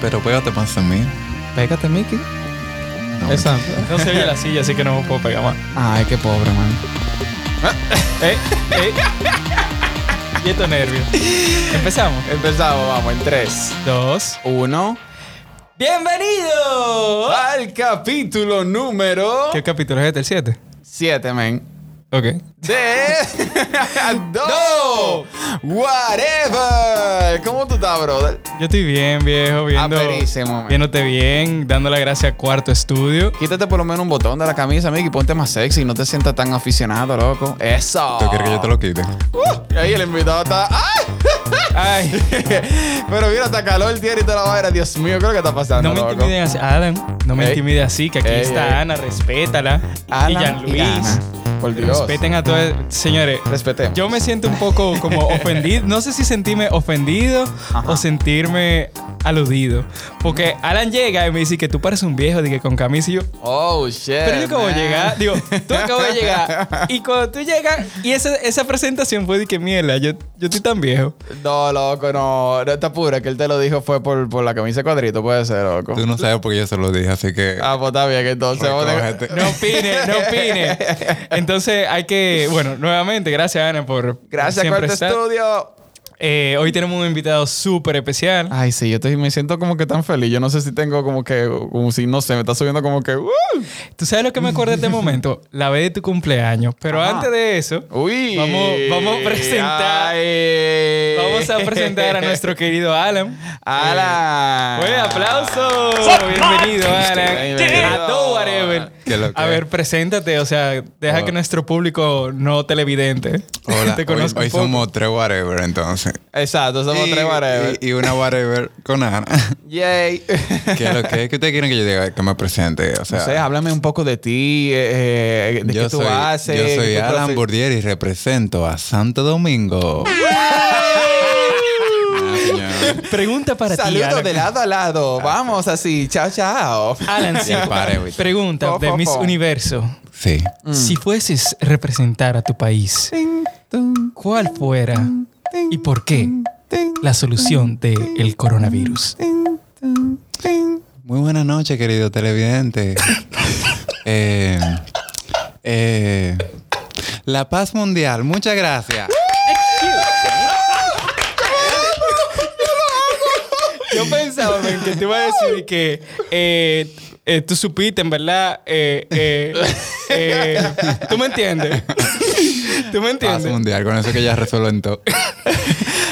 Pero pégate más a mí. Pégate, Mickey. No, Esa. No se oye la silla, así que no me puedo pegar más. Ay, qué pobre, man. Eh, eh. Y esto nervio. Empezamos. Empezamos, vamos, en 3, Dos. 1. ¡Bienvenido! Al capítulo número ¿Qué capítulo es este? ¿El 7? 7, men. Ok. De. ¡Do! ¡Whatever! ¿Cómo tú estás, brother? Yo estoy bien, viejo, viendo. Aperísimo, Ah, man. Viéndote bien, dando la gracia a Cuarto Estudio. Quítate por lo menos un botón de la camisa, Mickey. Ponte más sexy. No te sientas tan aficionado, loco. Eso. ¿Tú quieres que yo te lo quite? Uh, ahí el invitado está. ¡Ay! Ay, Pero mira, hasta calor tiene y toda la vaina. Dios mío, creo que está pasando, no me loco. intimides así, Adam. No me Ey. intimides así, que aquí Ey, está ey. Ana, respétala. y Alan Jean-Louis. Ana. Por Dios. Respeten a todos. Señores, Respetemos. yo me siento un poco como ofendido. No sé si sentirme ofendido o sentirme aludido. Porque Alan llega y me dice que tú pareces un viejo, dije con camisa y yo. Oh, shit. Pero yo acabo de man. llegar, digo, tú acabo de llegar. Y cuando tú llegas, y esa, esa presentación fue de que mierda, yo, yo estoy tan viejo. No, loco, no. No te apures, que él te lo dijo fue por, por la camisa de cuadrito, puede ser, loco. Tú no sabes por qué yo se lo dije, así que. Ah, pues está bien, que entonces. vamos a- recógete. No opine, no opine. Entonces hay que, bueno, nuevamente, gracias Ana por Gracias, siempre Cuarto estar. Estudio. Eh, hoy tenemos un invitado súper especial. Ay, sí, yo estoy, me siento como que tan feliz. Yo no sé si tengo como que, como si, no sé, me está subiendo como que. ¡uh! ¿Tú sabes lo que me acuerdo de este momento? La vez de tu cumpleaños. Pero Ajá. antes de eso, Uy. Vamos- vamos a presentar- Ay. vamos a presentar a nuestro querido Alan. Alan. Buen Ah. aplauso. Bienvenido, Alan. Bienvenido. A todo whatever. Que lo que- A ver, preséntate. O sea, deja Oh. que nuestro público no televidente Hola, te hoy- conozca hoy, un poco. somos tres whatever, entonces. Exacto, somos Y- tres whatever. Y, y una whatever con Ana. Yay. ¿Qué es lo que es? ¿Qué ustedes quieren que yo diga? Que me presente. O sea, No sé, háblame un poco de ti, eh, eh, de qué tú soy, haces. Yo soy qué Alan profe- Bourdier y represento a Santo Domingo. Ah, señor. Pregunta para ti. Saludo Alan. de lado a Ah, lado. Vamos así. Chao, chao. Alan, sí. Ya pare, güey. Pregunta Po, de po, Miss po. Universo. Sí. Mm. Si fueses representar a tu país, ¿cuál fuera y por qué la solución del coronavirus? Muy buena noche, querido televidente. Eh, eh, la paz mundial. Muchas gracias. Yo pensaba men, que te iba a decir que eh, eh, tú supiste, en verdad. eh, eh, eh, ¿Tú me entiendes? ¿Tú me Paz entiendes? mundial. Con eso que ya resuelven todo.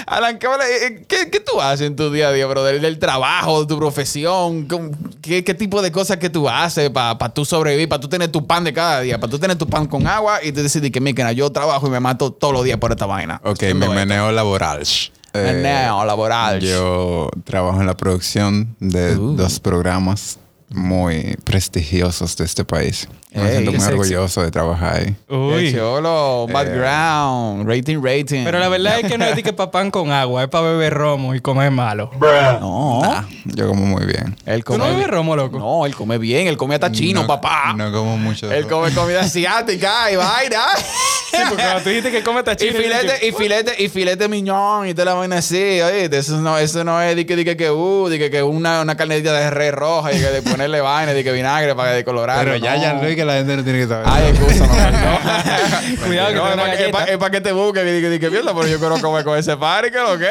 Alan, ¿qué, habla- eh, qué- qué tú haces en tu día a día, brother? ¿Del trabajo, de tu profesión? ¿Cómo- ¿Qué, qué tipo de cosas que tú haces para tú sobrevivir, para tú tener tu pan de cada día, para tú tener tu pan con agua y tú decidir que, mira, yo trabajo y me mato todos los días por esta vaina? Ok, mi meneo laboral. Eh, Meneo Uh. laboral. Yo trabajo en la producción de dos programas muy prestigiosos de este país. Me Ey, siento qué muy sexy. Uh. orgulloso de trabajar ahí. Qué Uy. cholo, Eh, background, rating, rating. Pero la verdad es que no es de que papán con agua, es para beber romo y comer malo. No, Ah, yo como muy bien. él ¿Tú come no bebes bien. romo, loco? No, él come bien, él come hasta chino, No- papá. No como mucho. Él come comida asiática y vaina. Sí, porque cuando tú dijiste que come Y tachina. filete, y filete, y filete miñón y toda la vaina así, oye, eso no, eso no es de que, de que, que, uh, de que, que una, una carnetita de re roja y que de ponerle vaina, de que vinagre para decolorar. Pero ya, ya, Luis, que la gente no tiene que saber. Ay, excusa, no, Cuidado que te No, da es una para que, es pa- galleta. es pa' que te busque, que, que, que, mierda, pero yo conozco comer con ese party, que lo que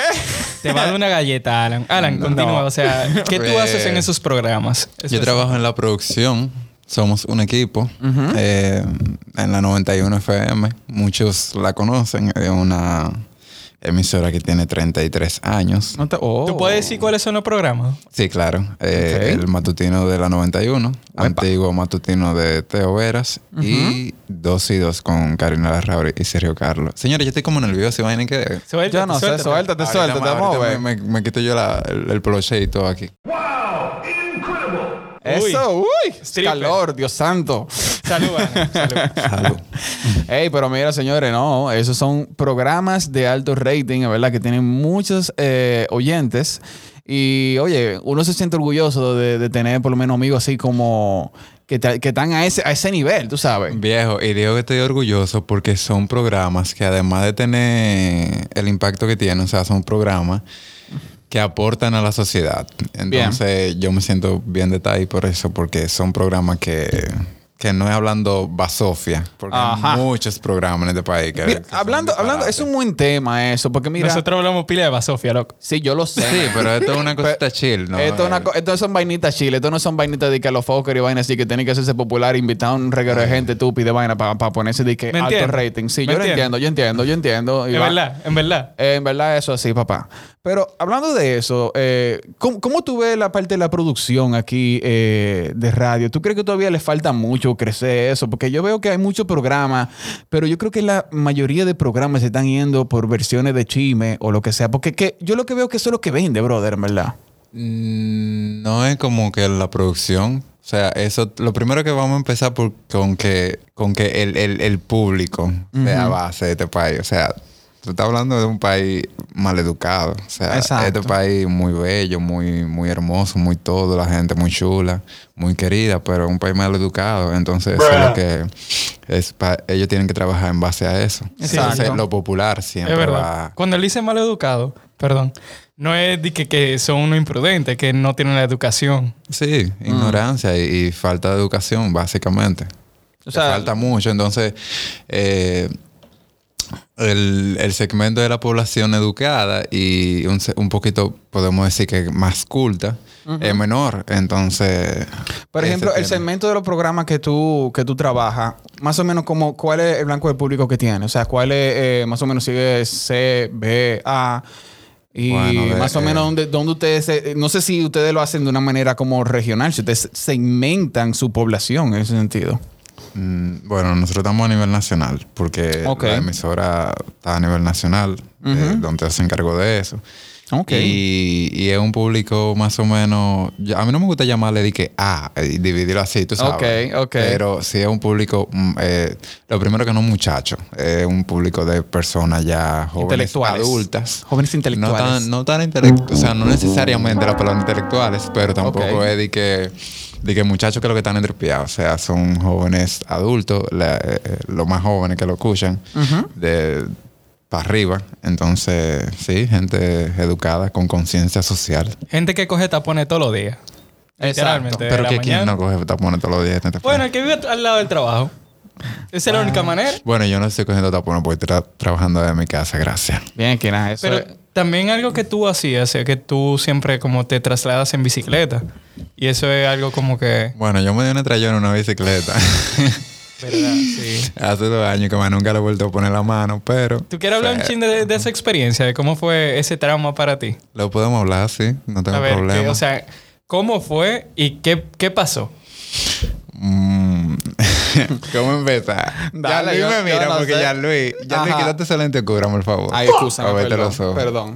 Te va a dar una galleta, Alan. Alan, continúa. O sea, ¿qué tú Eh, haces en esos programas? Eso Yo es- trabajo en la producción. Somos un equipo eh, en la 91 FM. Muchos la conocen. Es una emisora que tiene 33 años. No te- oh. ¿Tú puedes decir cuáles son los programas? Sí, claro. Eh, Ok. El matutino de la 91. Antiguo matutino de Teo Veras. Y 2 y 2 con Karina Larrauri y Sergio Carlos. Señores, yo estoy como nervioso. Imaginen que... Suéltate, Yo no sé, suéltate. suéltate, Ahorita- suéltate, vamos a ahorita ver. Me, me- me quito yo la- el, el poloche y todo aquí. Uy. Eso, uy, Stripper. calor, Dios santo. Salud, Alan. Salud. Salud. Ey, pero mira, señores, no, esos son programas de alto rating, es ¿verdad? Que tienen muchos eh, oyentes. Y oye, uno se siente orgulloso de, de tener por lo menos amigos así como que, ta- que están a ese, a ese nivel, tú sabes. Viejo, y digo que estoy orgulloso porque son programas que además de tener el impacto que tienen, o sea, son programas que aportan a la sociedad. Entonces yo me siento bien de estar ahí por eso, porque son programas que, que no es hablando basofia, porque Ajá. hay muchos programas en este país que... Mira, que son hablando, hablando, es un buen tema eso, porque mira, Nosotros hablamos pila de basofia, loco. sí, yo lo sé. disparates. Sí, pero esto es una cosita chill, ¿no? esto, es una Eh, co- esto son vainitas chile, esto no son vainitas de que a los fuckers y vainas así que tienen que hacerse popular, invitar a un reguero de gente estúpida y vaina para ponerse de que ¿Me alto entiendes? rating. Sí, ¿Me yo lo entiendo, entiendes? yo entiendo, yo entiendo. y En va- verdad, en verdad. Eh, en verdad, eso así, papá. Pero hablando de eso, eh, ¿cómo, cómo tú ves la parte de la producción aquí eh, de radio? ¿Tú crees que todavía le falta mucho crecer eso? Porque yo veo que hay muchos programas, pero yo creo que la mayoría de programas se están yendo por versiones de chisme o lo que sea. Porque que, yo lo que veo que eso es lo que vende, brother, en verdad. Mm, No es como que la producción. O sea, eso, lo primero que vamos a empezar por, con que, con que el, el, el público sea base de este país. O sea, tú estás hablando de un país maleducado. O sea, Exacto. este país muy bello, muy, muy hermoso, muy todo, la gente muy chula, muy querida, pero un país maleducado. Entonces, eso es lo que es pa- ellos tienen que trabajar en base a eso. Exacto. Entonces, lo popular siempre Es verdad. va. Cuando él dice mal educado, perdón, no es de que, que son unos imprudentes, que no tienen la educación. Sí, ignorancia y- y falta de educación, básicamente. O sea, falta mucho. Entonces, eh, el, el segmento de la población educada y un, se- un poquito, podemos decir que más culta, es menor. Entonces. Por ejemplo, ese el tema. segmento de los programas que tú, que tú trabajas, más o menos como cuál es el blanco del público que tiene. O sea, cuál es, eh, más o menos sigue C, B, A. Y Bueno, de- más o eh, menos donde, donde ustedes, se- no sé si ustedes lo hacen de una manera como regional, si ustedes segmentan su población en ese sentido. mm, bueno, nosotros estamos a nivel nacional, porque Ok. la emisora está a nivel nacional, eh, Ujú. donde se encargó de eso. Ok. Y, y es un público más o menos. yo- a mí no me gusta llamarle de que ah, y dividirlo así, tú sabes. Ok, ok. Pero sí es un público. mm, eh, lo primero que no es muchacho, es un público de personas ya jóvenes. Intelectuales. Adultas. Jóvenes intelectuales. No tan, no tan intelectuales. O sea, no necesariamente la palabra intelectuales, pero tampoco Ok. es de que, de que muchachos que lo que están entrepiados. O sea, son jóvenes adultos, la- eh, eh, los más jóvenes que lo escuchan, de para arriba. Entonces, sí, gente educada, con conciencia social. Gente que coge tapones todos los días. Literalmente. de pero la que quien mañana. no coge tapones todos los días. en este país? Bueno, el que vive al lado del trabajo. Esa es la única manera. Bueno, yo no estoy cogiendo tapones porque estoy tra- trabajando desde mi casa, gracias. Bien, que nada, eso. Pero es- también algo que tú hacías, es que tú siempre como te trasladas en bicicleta. Y eso es algo como que... Bueno, yo me di una trayón en una bicicleta. ¿Verdad? Sí. Hace dos años que más nunca le he vuelto a poner la mano, pero... ¿Tú quieres hablar un Sí. chin de, de esa experiencia? ¿De cómo fue ese trauma para ti? Lo podemos hablar, sí. No tengo A ver, problema. que, o sea, ¿cómo fue y qué, qué pasó? Mm. ¿Cómo empezar? ya Dale, Luis yo- me yo mira no porque sé. ya Luis... Ya Luis, Ajá. quítate esa lente oscura, por favor. Ay, excusa, O vete perdón. los ojos. Perdón.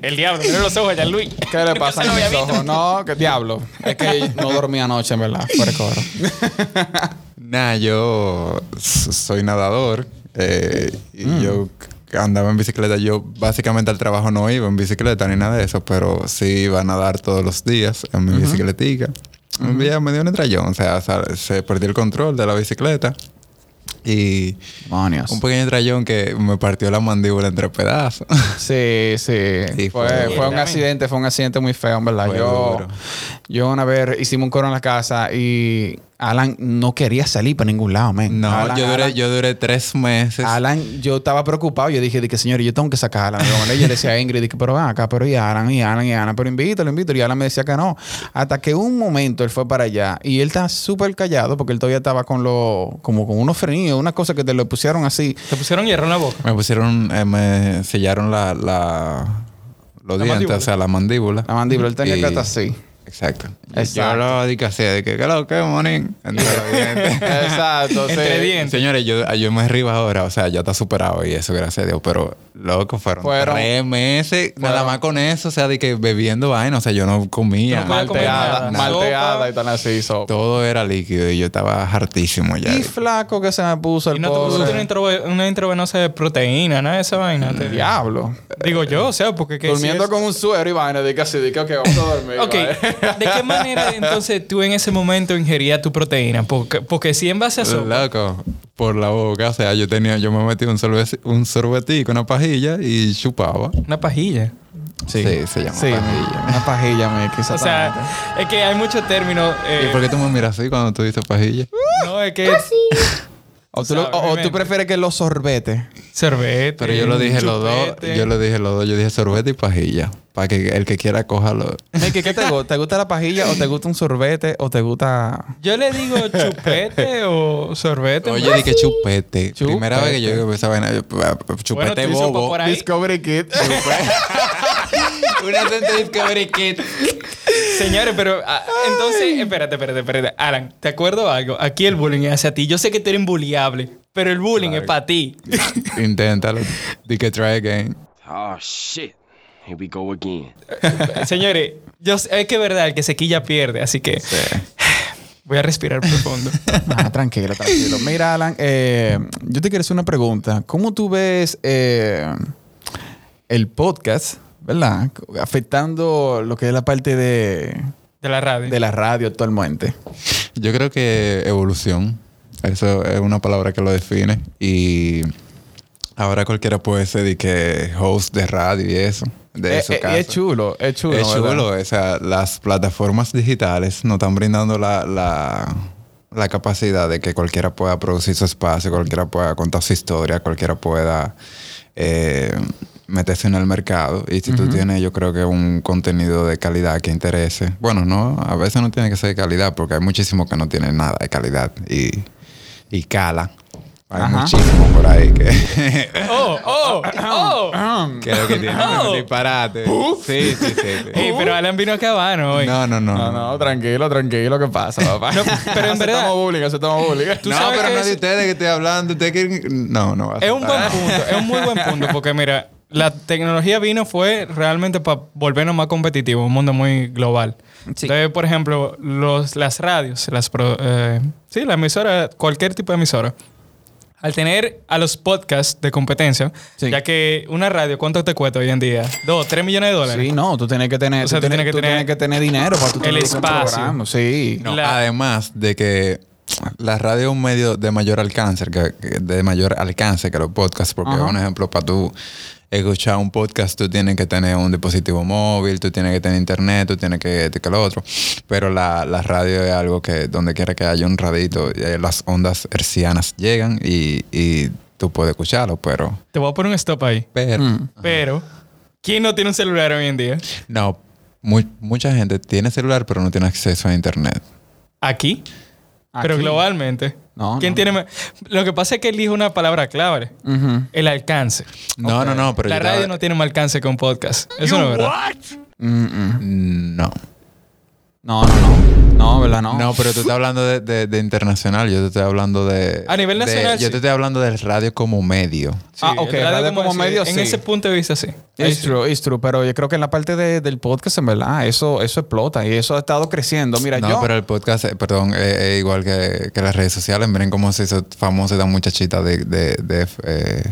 El diablo, mira los ojos, ya Luis. ¿Qué le pasa se lo a había mis ojos? visto. No, que diablo. Es que no dormí anoche, en verdad, por el coro. Nah, yo s- soy nadador eh, y Mm. yo c- andaba en bicicleta. Yo básicamente al trabajo no iba en bicicleta ni nada de eso, pero sí iba a nadar todos los días en mi bicicletica. Un día me dio un trayón, o sea, sal- se perdió el control de la bicicleta y Demonios. un pequeño trayón que me partió la mandíbula entre pedazos. Sí, sí. Sí, fue, fue duro. fue un accidente, fue un accidente muy feo, en verdad. Fue Yo, duro. yo una vez hicimos un coro en la casa y Alan no quería salir para ningún lado, man. No, Alan, yo, duré, Alan- yo duré tres meses. Alan, yo estaba preocupado. Yo dije, de que señor, yo tengo que sacar a Alan. Yo, bueno, yo le decía a Ingrid, de que, pero ven acá, pero y Alan, y Alan, y Alan, pero invítalo, invítalo. Y Alan me decía que no. Hasta que un momento él fue para allá y él estaba súper callado porque él todavía estaba con los, como con unos frenillos, una cosa que te lo pusieron así. Te pusieron hierro en la boca. Me pusieron, eh, me sellaron la, la- los La dientes, mandíbula. o sea, la mandíbula. La mandíbula, él tenía Y- que estar así. Exacto. Exacto. Yo hablaba de que así, de que, ¿qué lo que, monín? Entre los dientes. Exacto. sí. Entre dientes. Señores, yo, yo me arriba ahora, o sea, ya está superado y eso, gracias a Dios, pero loco, fueron, Fueron- tres meses, nada fueron- más con eso, o sea, de que bebiendo vaina, o sea, yo no comía, Tú no podías comer malteada, malteada, nada. Mal- nada. malteada Sopa. y tan así, sopa. todo era líquido y yo estaba hartísimo ya. Y flaco que se me puso el Y no te pobre. pusiste una, intravenosa de proteína, nada de esa vaina. Mm. Te- Diablo. Digo yo, o sea, porque... que si Durmiendo es- con un suero y vaina, de que así, de que, ok, vamos a dormir. Ok, eh. ¿vale? ¿de qué manera entonces tú en ese momento ingerías tu proteína? Porque, porque si en base a eso... Loco, por la boca, o sea, yo tenía, yo me metí un, sorbeti- un sorbetico, una pajilla y chupaba. Una pajilla. Sí, se llama Sí, pajilla. Una pajilla, me que O sea, es que hay muchos términos. eh, ¿Y por qué tú me miras así cuando tú dices pajilla? No, es que. O tú, lo- o- o tú Obviamente. prefieres que los sorbetes. Sorbete. Pero yo lo dije los dos, chupete. yo lo dije los dos, yo dije sorbete y pajilla. Para que el que quiera coja lo... Mike, ¿qué te gusta? ¿Te gusta la pajilla o te gusta un sorbete o te gusta... Yo le digo chupete o sorbete. Oye, dije chupete. Chupete. Primera vez que yo digo esa vaina, yo, pa- pa- Bueno, chupete tú hizo bobo. por ahí. Discovery Kid. Una gente Discovery Kid. Señores, pero ah, entonces, espérate, espérate, espérate. Alan, ¿te acuerdo algo? Aquí el bullying es hacia ti. Yo sé que tú eres bulliable, pero el bullying es para ti. Inténtalo. Di que try again. Oh shit. Here we go again. Señores, yo sé- es que es verdad, el que se quilla pierde, así que voy a respirar profundo. Ah, tranquilo, tranquilo. Mira, Alan, eh, yo te quiero hacer una pregunta. ¿Cómo tú ves eh, el podcast, verdad? Afectando lo que es la parte de, De la radio. de la radio actualmente. Yo creo que evolución. Eso es una palabra que lo define. Y ahora cualquiera puede ser de que host de radio y eso. De Eh, eso eh, y es chulo, es chulo. Es ¿verdad? chulo, o sea, las plataformas digitales nos están brindando la, la, la capacidad de que cualquiera pueda producir su espacio, cualquiera pueda contar su historia, cualquiera pueda eh, meterse en el mercado. Y si tú tienes, yo creo que un contenido de calidad que interese, bueno, no, a veces no tiene que ser de calidad, porque hay muchísimos que no tienen nada de calidad y, y cala. Hay Ajá. muchísimos por ahí que, ¡Oh, oh, oh! Ah, que lo que tienen es Oh. un disparate. Sí, sí, sí. sí. Ey, pero Alan vino a Cabano hoy. No, no, no. No, no, tranquilo, tranquilo, ¿qué pasa, papá? No, pero en verdad- Estamos bullying, estamos bullying. Tú no, sabes pero que no es de es- ustedes que estoy hablando. Ustedes quieren... No, no va a Es un buen aceptar. punto, es un muy buen punto, porque mira, la tecnología vino fue realmente para volvernos más competitivos, un mundo muy global. Entonces, por ejemplo, los, las radios, las pro- eh, sí, la emisora, cualquier tipo de emisora. Al tener a los podcasts de competencia, Sí. ya que una radio, ¿cuánto te cuesta hoy en día? ¿Dos, tres millones de dólares? Sí, no, tú tienes que tener, O sea, tú tienes, que, tener... que tener dinero para tú el tener un espacio. programa, Sí. No, La- Además de que la radio es un medio de mayor alcance que, que- de mayor alcance que los podcasts. Porque, Ajá. un ejemplo, para tú escuchar un podcast, tú tienes que tener un dispositivo móvil, tú tienes que tener internet, tú tienes que esto y que lo otro. Pero la, la radio es algo que donde quiera que haya un radito, eh, las ondas hercianas llegan y, y tú puedes escucharlo, pero... Te voy a poner un stop ahí. pero Mm. Pero, ¿quién no tiene un celular hoy en día? No, mu- mucha gente tiene celular pero no tiene acceso a internet. Aquí, pero Aquí. globalmente. No, ¿Quién no. tiene más? Lo que pasa es que elijo una palabra clave. Ujú. El alcance. No, no, no, pero la yo radio estaba- no tiene más alcance que un podcast. Eso no es verdad. Mm, mm. No. No, no, no. No, ¿verdad? Oh. No. No, pero tú estás hablando de, de- de internacional, yo te estoy hablando de... A nivel de- nacional, yo sí. te estoy hablando del radio como medio. Ah, ok, el radio como medio, En sí. ese punto de vista, sí. Es true, es true. Pero yo creo que en la parte de- del podcast, en verdad, eso, eso explota y eso ha estado creciendo. Mira, No, yo. pero el podcast, eh, perdón, es es igual que, que las redes sociales. Miren cómo se hizo famosa esa muchachita de, de, de, eh,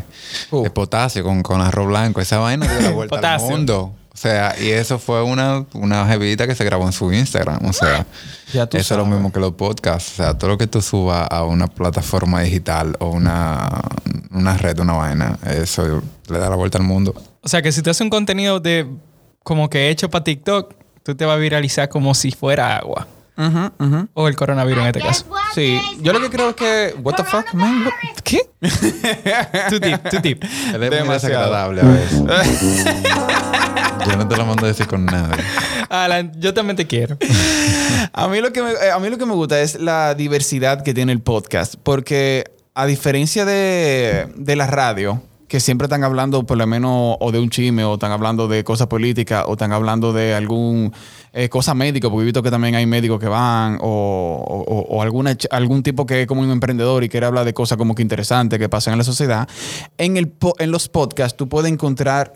Uh. de potasio con, con arroz blanco. Esa vaina dio la vuelta al Potasio. mundo. O sea, y eso fue una, una jevita que se grabó en su Instagram. O sea, Ya tú eso es lo sabes. mismo que los podcasts. O sea, todo lo que tú subas a una plataforma digital o una, una red, una vaina, eso le da la vuelta al mundo. O sea, que si tú haces un contenido de como que hecho para TikTok, tú te vas a viralizar como si fuera agua. Ujú, ujú. O el coronavirus en este caso. Sí, yo lo que creo es que. ¿What the fuck, man? What- ¿Qué? Tu tip, tu tip. Es muy Demasiado. desagradable a veces. Yo no te lo mando a decir con nada. Alan, yo también te quiero. A mí, lo que me, eh, a mí lo que me gusta es la diversidad que tiene el podcast, porque a diferencia de, de la radio, que siempre están hablando por lo menos o de un chisme, o están hablando de cosas políticas, o están hablando de algún eh, cosa médico, porque he visto que también hay médicos que van, o, o- o alguna, ch- algún tipo que es como un emprendedor y quiere hablar de cosas como que interesantes que pasan en la sociedad, en, el, po- en los podcasts tú puedes encontrar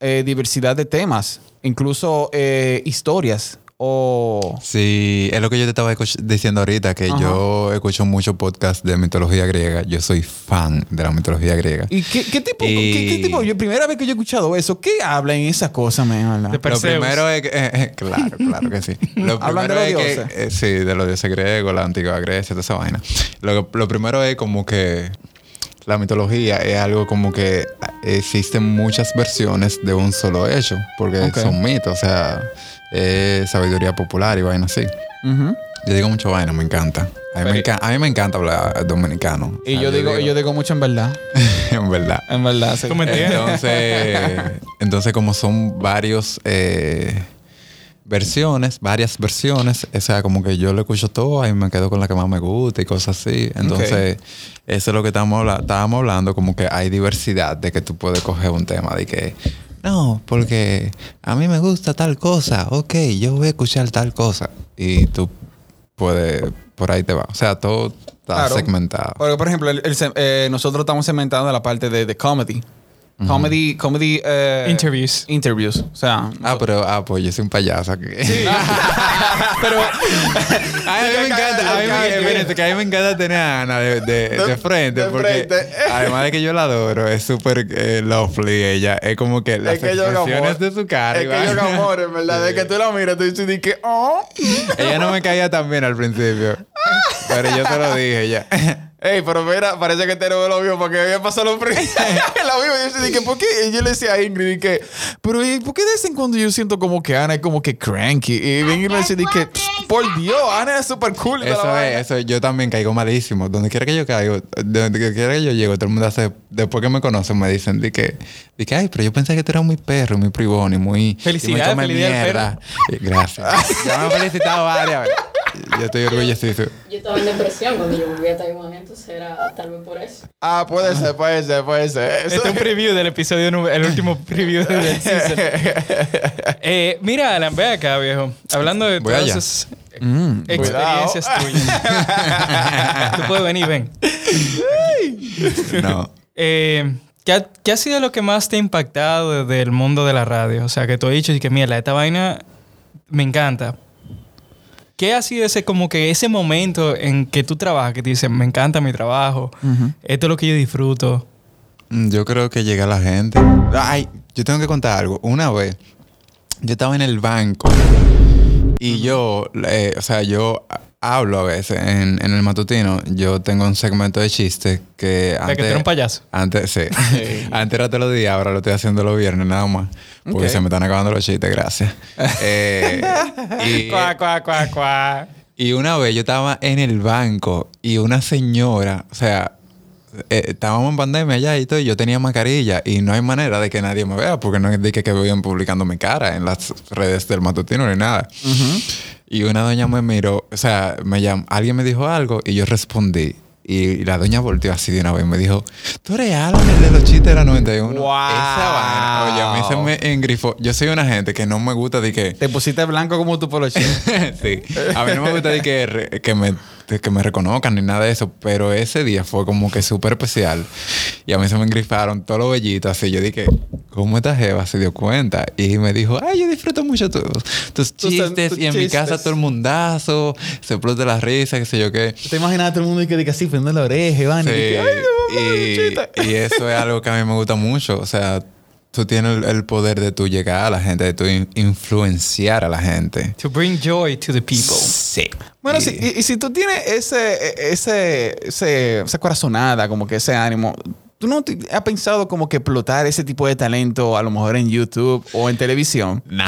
eh, diversidad de temas, incluso eh, historias o... Sí, es lo que yo te estaba escuch- diciendo ahorita, que Ajá. yo escucho muchos podcasts de mitología griega. Yo soy fan de la mitología griega. ¿Y qué, qué tipo? Y- ¿Qué, qué tipo? Yo primera vez que yo he escuchado eso. ¿Qué hablan en esa cosa, me habla? De Perseus. Lo primero es que... eh, eh, claro, claro que sí. Lo Hablan de primero los es que... eh, sí, de los dioses griegos, la antigua Grecia, toda esa vaina. Lo, lo primero es como que la mitología es algo como que existen muchas versiones de un solo hecho, porque Ok. son mitos, o sea, es sabiduría popular y vaina así. Ah, Yo digo mucha vaina, me encanta. A mí, me, enca- a mí me encanta hablar dominicano. Y O sea, yo digo, y yo digo mucho en verdad. en verdad. En verdad, sí. Tú me entiendes. Entonces, entonces como son varios eh, versiones, varias versiones, o sea, como que yo lo escucho todo y me quedo con la que más me gusta y cosas así. Entonces, eso es lo que estábamos, habla- estábamos hablando, como que hay diversidad de que tú puedes coger un tema de que... No, porque a mí me gusta tal cosa. Ok, yo voy a escuchar tal cosa. Y tú puedes... Por ahí te va. O sea, todo está Claro. segmentado. Porque, por ejemplo, el- el sem- eh, nosotros estamos cementando la parte de, de comedy. Comedy, comedy. eh, Interviews. Interviews. O sea. Ah, pero ah, pues yo soy un payaso aquí. pero. A mí me encanta, a mí me, Cállate. espérate, que a mí me encanta tener a Ana de, de- de frente, de porque frente. además de que yo la adoro, es súper eh, lovely ella, es como que las es que yo expresiones amor. de su cara, Es que Iván. yo amor, en verdad. Es que tú la miras, tú dices, di que, oh. ella no me caía tan bien al principio, pero yo te lo dije ya. Ey, pero mira, parece que te no lo vio porque había pasado lo primero. la vio y yo dije, ¿por qué? Y yo le decía a Ingrid, dije, pero ¿y ¿por qué de vez en cuando yo siento como que Ana es como que cranky? Y Ingrid le decía, dije, por Dios, Ana es súper cool. y toda la Eso vaina". es, eso es. yo también caigo malísimo. Donde quiera que yo caigo, de donde quiera que yo llego, todo el mundo hace, después que me conocen, me dicen de que, de que, ay, pero yo pensé que tú eras muy perro, muy privón y muy... y muy Felicidades, come feliz día del mierda". Eh, Gracias. ya me han felicitado varias veces. Yo estoy orgulloso. Yo estaba en depresión cuando yo volví a Taiwán, entonces era tal vez por eso. Ah, puede ser, puede ser, puede ser. Este es un preview del episodio, nu- el último preview del season. Eh, mira, Alan, ve acá, viejo. Hablando de Voy todas allá. esas "Mm, Eh, cuidado. experiencias tuyas. Tú puedes venir, ven. pues, No. Eh, ¿qué, ha, qué ha sido lo que más te ha impactado del mundo de la radio? O sea, que tú has dicho y que, mira, esta vaina me encanta. ¿Qué ha sido ese como que ese momento en que tú trabajas, que te dicen, me encanta mi trabajo, esto es lo que yo disfruto? Mm, Yo creo que llega la gente. Ay, yo tengo que contar algo. Una vez, yo estaba en el banco y yo, eh, o sea, yo hablo a veces en, en el matutino. Yo tengo un segmento de chistes que O sea, que tú eres un payaso. Antes, sí. Antes era todos los días, ahora lo estoy haciendo los viernes nada más. Porque Ok. se me están acabando los chistes, gracias. Eh, y, Cuá, cuá, cuá, cuá. y una vez yo estaba en el banco y una señora, o sea, eh, estábamos en pandemia allá y todo, y yo tenía mascarilla y no hay manera de que nadie me vea porque no es de que, que vayan publicando mi cara en las redes del matutino ni nada. Y una doña me miró, o sea, me llam- alguien me dijo algo y yo respondí. Y la doña volteó así de una vez y me dijo, tú eres Alan, el de los chistes de la 91. Wow. Esa vaina. Oye, a mí se me engrifó. Yo soy una gente que no me gusta de que... Te pusiste blanco como tu poloche. sí. A mí no me gusta de que, re- que, me, de que me reconozcan ni nada de eso, pero ese día fue como que súper especial. Y a mí se me engrifaron todos los vellitos así. Yo dije, ¿cómo esta jeva se dio cuenta? Y me dijo, ay, yo disfruto mucho tus, tus Tus- chistes tus y en mi casa chistes. todo el mundazo, se explota la risa, qué sé yo qué. Te imaginas a todo el mundo y que diga así, prendiendo la oreja, Iván. Sí, y que, "Ay, no, mamá, chita". y, y eso es algo que a mí me gusta mucho. O sea, tú tienes el, el poder de tú llegar a la gente, de tú in- influenciar a la gente. To bring joy to the people. Sí. Bueno, Y- si, y, y si tú tienes ese, e, ese, ese, esa corazonada, como que ese ánimo, ¿tú no te- has pensado como que explotar ese tipo de talento a lo mejor en YouTube o en televisión? No.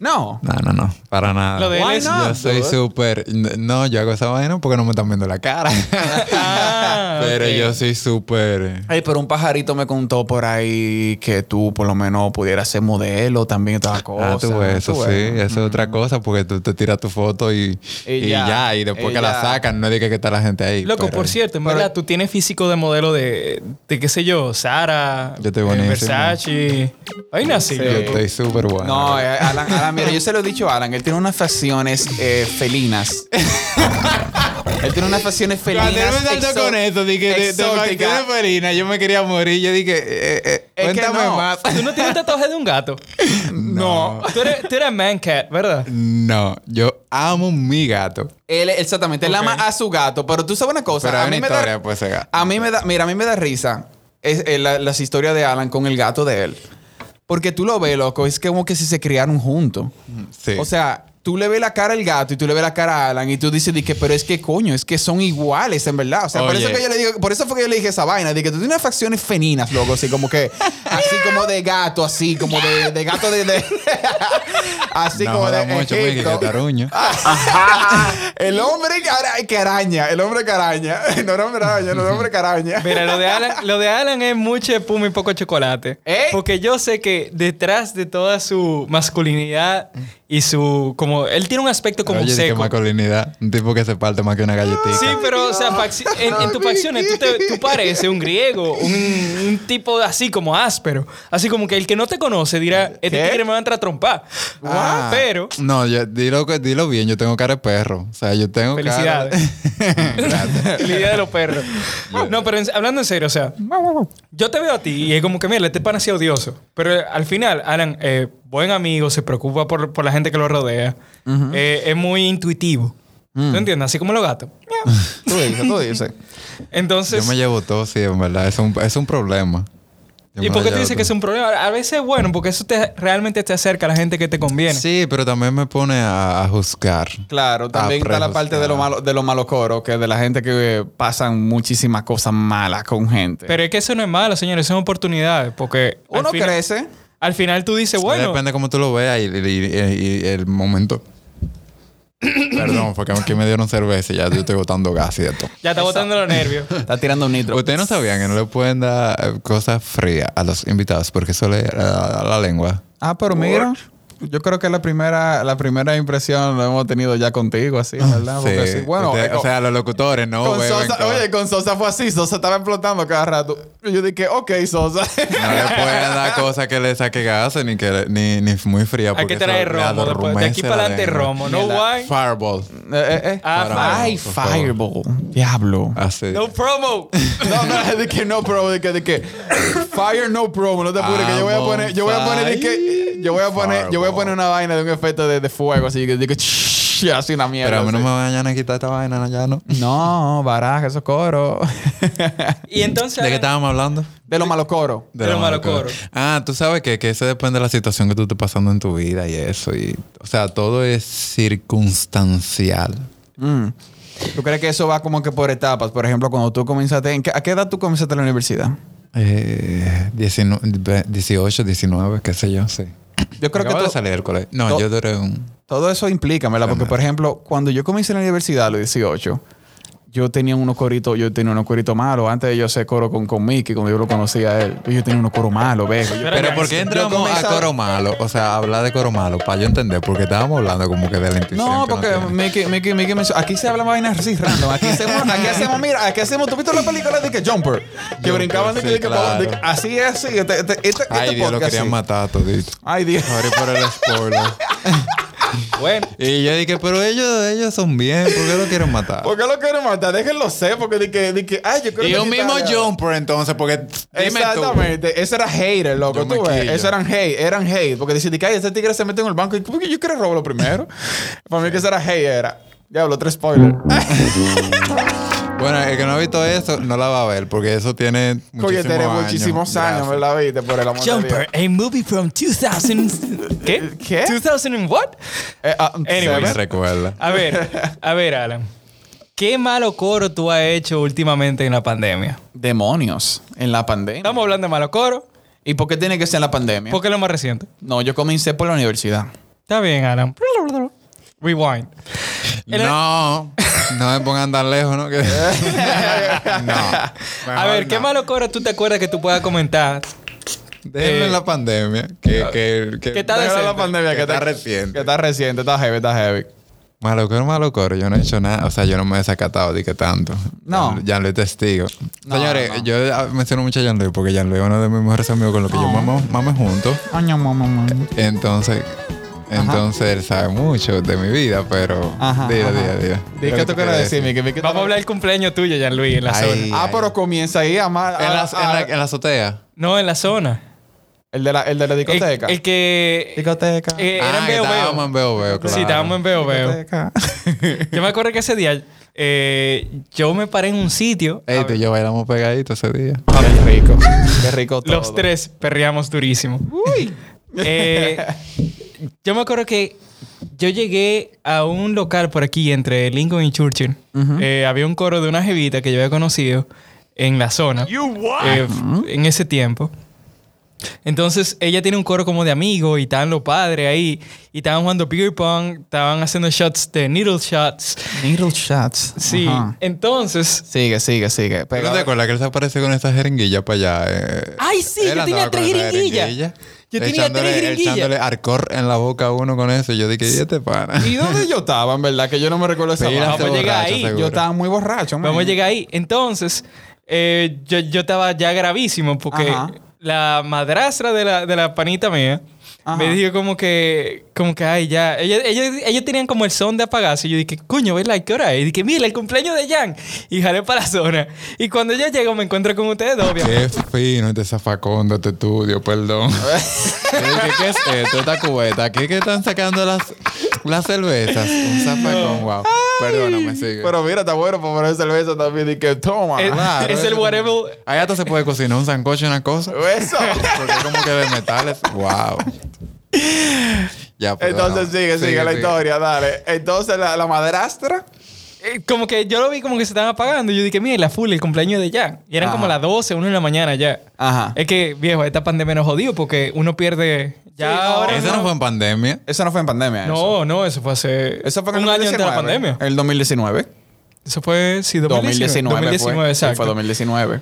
No. No, no, no. Para nada. Lo de él Why es- not? yo soy dude? súper... No, yo hago esa vaina porque no me están viendo la cara. Ah, Pero ok. yo soy súper... Ay, pero un pajarito me contó por ahí que tú por lo menos pudieras ser modelo también y todas las Ah, cosas. tú ves, eso tú sí. ves. Eso es otra cosa porque tú te tiras tu foto y, Y y ya. ya. Y después Y que ya. la sacan, no digas que está la gente ahí. Loco, pero- por cierto, en pero- verdad, tú tienes físico de modelo de, de qué sé yo, Sara, Yo estoy eh, buenísimo. Versace. Ahí nací. Yo estoy súper bueno. No, eh, Alan, Alan, mira, yo se lo he dicho a Alan, él tiene unas facciones eh, felinas. él tiene unas facciones felinas. Cuando él me saltó exó- con eso, dije, de, de exóticas. facciones felinas, yo me quería morir. Yo dije, eh, eh, Es que cuéntame no. más. Ah, Tú no tienes un tatuaje de un gato. No. Tú eres, tú eres man cat, ¿verdad? No, yo amo mi gato. Él, exactamente, él Ok. ama a su gato, pero tú sabes una cosa. Pero a hay mí una me da- historia, pues, ese gato. A mí me da, mira, a mí me da risa es, eh, la- las historias de Alan con el gato de él. Porque tú lo ves, loco, es como que si se criaron juntos. Sí. O sea, tú le ves la cara al gato y tú le ves la cara a Alan y tú dices, di que, pero es que coño, es que son iguales, en verdad. O sea, por Oye. eso, que yo le digo, por eso fue que yo le dije esa vaina, de que tú tienes unas facciones feninas, loco, así como que, así como de gato, así como de, de gato de. de- así no como de. jodas mucho, Miki, que Egipto. taruño. el hombre que, ara- que araña, el hombre que araña, no el hombre araña, no el hombre que araña. Mira, lo de, Alan, lo de Alan es mucho espuma y poco chocolate. ¿Eh? Porque yo sé que detrás de toda su masculinidad y su... como Él tiene un aspecto como Oye, qué seco. masculinidad. Un tipo que se parte más que una galletita. Sí, pero o sea, facci- en, en tus facciones tú, te- tú pareces un griego, un, un tipo así como áspero. Así como que el que no te conoce dirá, este ¿Qué? tigre me va a entrar a trompar. Ah, Pero... No, yo- dilo, que- dilo bien, yo tengo cara de perro. O sea, yo tengo cara. Felicidades. Gracias. La idea de los perros. No, pero en- hablando en serio, o sea, yo te veo a ti y es como que, mira, este pan así odioso. Pero eh, al final, Alan, eh, buen amigo, se preocupa por, por la gente que lo rodea. Eh, es muy intuitivo. Mm. ¿Tú entiendes? Así como los gatos. Tú dices, tú dices. Entonces, Yo me llevo todo, sí, en verdad. Es un, es un problema. Yo ¿y me por la qué tú llevo dices que es todo. un problema? A veces es bueno, porque eso te, realmente te acerca a la gente que te conviene. Sí, pero también me pone a, a juzgar. Claro, también Ah, está la prejuzgado. parte de lo malo, de lo malocoro, que de la gente que eh, pasan muchísimas cosas malas con gente. Pero es que eso no es malo, señores, son oportunidades. Porque al uno final- crece. Al final tú dices, bueno, Depende cómo tú lo veas y, y- y- y el momento. Perdón, porque aquí me dieron cerveza y ya yo estoy botando gas y de todo. ya está botando los nervios. Está tirando un nitro. Ustedes no sabían que no le pueden dar eh, cosas frías a los invitados porque eso le a la lengua. Ah, pero mira. Yo creo que la primera, la primera impresión lo hemos tenido ya contigo, así, ¿verdad? Porque Ah, Sí. sí, bueno, Ustedes- eh, con- o sea, los locutores no con beben Sosa- con- oye, con Sosa fue así, Sosa estaba explotando cada rato. Y Yo dije, ok, Sosa. No le pueden dar cosas que le saque gases ni que le- ni, ni muy fría. Hay porque que traer eso le romo. después. De aquí adormece para la adelante lengua. romo. No Ni la- wine. Fireball. Eh, eh, eh. Ah, Para- Ay, por favor. Fireball. Diablo. Así. No promo. No, no, de que no promo, de que, de que fire no promo, no te apures que yo Ah, voy a poner, yo voy a poner de que yo voy a poner, yo voy a poner una vaina de un efecto de, de fuego así que de que shhh, y así una Pero mierda. a mí no así. me vayan a quitar esta vaina, no, ya no. No, baraja, esos coros. Y entonces. ¿De qué estábamos hablando? de los malos coros. De lo los malo malocoro. coro. Ah, tú sabes que, que eso depende de la situación que tú estés pasando en tu vida y eso. Y, o sea, todo es circunstancial. Mm. ¿Tú crees que eso va como que por etapas? Por ejemplo, cuando tú comenzaste, ¿en qué- ¿a qué edad tú comenzaste la universidad? Eh, 19, 18, 19, qué sé yo, sí. Yo creo que Acabo todo, de salir del colegio. No, to- yo duré un... todo eso implica, ¿verdad? Porque, por ejemplo, cuando yo comencé en la universidad a los 18, yo tenía unos coritos, yo tenía unos coritos malos. Antes yo sé coro con, con Mickey, cuando yo lo conocía a él, yo tenía unos coros malos, viejo. Yo- Pero ¿por qué Yo entramos a comenzaba- coro malo? O sea, hablar de coro malo, para yo entender, porque estábamos hablando como que de la intuición. No, que porque tiene. Mickey, Mickey, Mickey me aquí se habla vainas así random. Aquí hacemos, aquí hacemos, mira, aquí hacemos, tú viste la película de que Jumper, que Jumper, brincaban de que, sí, de que pa- de- claro. así es, así. Este, este, este- Ay, este Dios, lo podcast, querían sí. matar todito. Ay, Dios. Sorry por el spoiler. Bueno. Y yo dije, pero ellos, ellos son bien, ¿por qué lo quieren matar? ¿Por qué lo quieren matar? Déjenlo ser, porque de que, de que, ay, yo creo Y que yo sí mismo estaba- Jumper entonces, porque dime tú. Exactamente, eso era hater, loco. Yo me Tú ves, quillo. eso eran hate, eran hate. Porque decían, que "Ay, este tigre se mete en el banco. Y, ¿Por qué yo quiero robarlo primero? Para mí, que eso era hate, era. Diablo, tres spoilers. Bueno, el que no ha visto eso, no la va a ver, porque eso tiene Coño, muchísimos tiene años. muchísimos años, Gracias. ¿verdad? Viste, por el amor de Dios. Jumper, a movie from 2000. ¿Qué? ¿Qué? 2000 and what? Eh, ah, Anyway. Me ¿sabes? recuerda. A ver, a ver, Alan. ¿Qué malo coro tú has hecho últimamente en la pandemia? Demonios en la pandemia. Estamos hablando de malo coro ¿Y por qué tiene que ser en la pandemia? porque es lo más reciente. no, yo comencé por la universidad. Está bien, Alan. Rewind. El- No, no me pongan tan lejos, ¿no? Que- no. A ver, ¿qué malo coro tú te acuerdas que tú puedas comentar? Déjenme Eh, en la pandemia. Que, que, que, que está Déjalo en la decente, pandemia, que que está está reciente. Que está reciente, está heavy, está heavy. Malocoro, malocoro, yo no he hecho nada. O sea, yo no me he desacatado de que tanto. No. Ya, ya lo he testigo. No, Señores, no. yo ah, menciono mucho a Jean Luis porque Jean Luis es uno de mis mejores amigos con los que Ah. yo mamo- mame juntos. Año, mamá, mamá. Entonces, entonces él sabe mucho de mi vida, pero. Ajá, Dile, ajá. dile, dile. ¿De qué tú quieres decir, Miki? Miki, Vamos a tú- hablar del cumpleaños tuyo, Jean-Luis, en la Ay. zona. Ah, pero comienza ahí a más. En a- la, a- en la- en la azotea. No, en la zona. el, de la, el de la El, discoteca. el que... discoteca. eh, era Ah, en que Veo Veo. estábamos en Veo Veo, claro. Sí, estábamos en Veo Veo. discoteca. Yo me acuerdo que ese día eh, yo me paré en un sitio. Ey, tú y yo bailamos Ah, pegaditos ese día. Qué rico. Qué rico todo. Los tres perreamos durísimo. Uy. Eh, yo me acuerdo que yo llegué a un local por aquí entre Lincoln y Churchill. Eh, había un coro de una jevita que yo había conocido en la zona. eh, f- En ese tiempo. Entonces ella tiene un coro como de amigos y estaban los padres ahí y estaban jugando beer pong, estaban haciendo shots de needle shots. Needle shots. Sí, Ajá. entonces Sigue, sigue, sigue. ¿Pero Pero te acuerdas que él se apareció con esa jeringuilla para allá? eh? Ay, Ah, sí, Él yo andaba tenía con tres esa jeringuillas. jeringuilla, Yo tenía tres echándole- jeringuillas. Echándole arcor en la boca a uno con eso. Y yo dije, ¿y este pana? ¿Y dónde yo estaba, en verdad? Que yo no me recuerdo esa Pilas vaina. de vamos a llegar borracho, ahí. seguro. Yo estaba muy borracho, man. Vamos a llegar ahí. Entonces, eh, yo, yo estaba ya gravísimo porque Ajá. la madrastra de la, de la panita mía Ajá. me dijo como que, como que, ay, ya. Ellos, ellos- ellos tenían como el son de apagarse. Y yo dije, coño, ¿verdad? ¿Qué hora es? Y dije, mira, el cumpleaños de Jan. Y jalé para la zona. Y cuando yo llego, me encuentro con ustedes dos, obviamente. Qué fino este zafacón de este estudio, perdón. Yo dije, ¿Qué es esto? Esta cubeta. Aquí que están sacando las, las cervezas. Un zafacón, wow. Perdóname, sigue. Pero mira, está bueno para poner cerveza también. Y que toma. Es- es el whatever. Ahí hasta se puede cocinar un sancocho, una cosa. Eso. Porque es como que de metales. Wow. Ya, pues, perdóname. Entonces sigue, sigue, la historia, dale. Entonces la, la madrastra. Eh, Como que yo lo vi como que se estaban apagando. Y yo dije, mira, la full, el cumpleaños de Jan. Y eran Ajá. como las 12, 1 de la mañana ya. Ajá. Es que, viejo, esta pandemia nos jodió porque uno pierde. Ya Sí, no. ahora. Eso no fue en pandemia. Eso no fue en pandemia. ¿eh? eso. No, no, eso fue hace Eso fue en un el año antes de la 2019. pandemia. El 2019. Eso fue, sí, 2019. 2019. 2019, fue. Sí, exacto. fue 2019.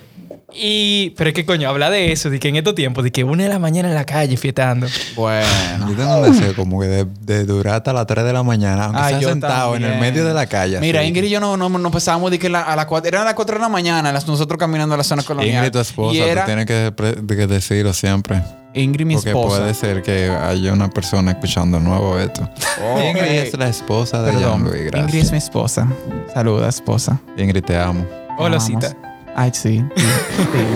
Y, pero es que coño, habla de eso, de que en estos tiempos, de que una de la mañana en la calle fiestando. Bueno. Yo tengo un deseo como que de, de durar hasta las 3 de la mañana, aunque Ah, sea yo sentado en el también. medio de la calle. Mira, así. Ingrid y yo no, no, no pensábamos de que la- a las 4, eran las 4 de la mañana, las- nosotros caminando a la zona colonial. Ingrid, tu esposa, Y era- tú tienes que, pre- de- que decirlo siempre. Ingrid, mi porque esposa. puede ser que haya una persona escuchando nuevo esto. Oh, Ingrid hey. es la esposa de Jan Perdón, Luis, gracias. Ingrid es mi esposa. Saluda, esposa. Ingrid, te amo. Hola, Nos amamos. cita. Ay, sí. sí, sí,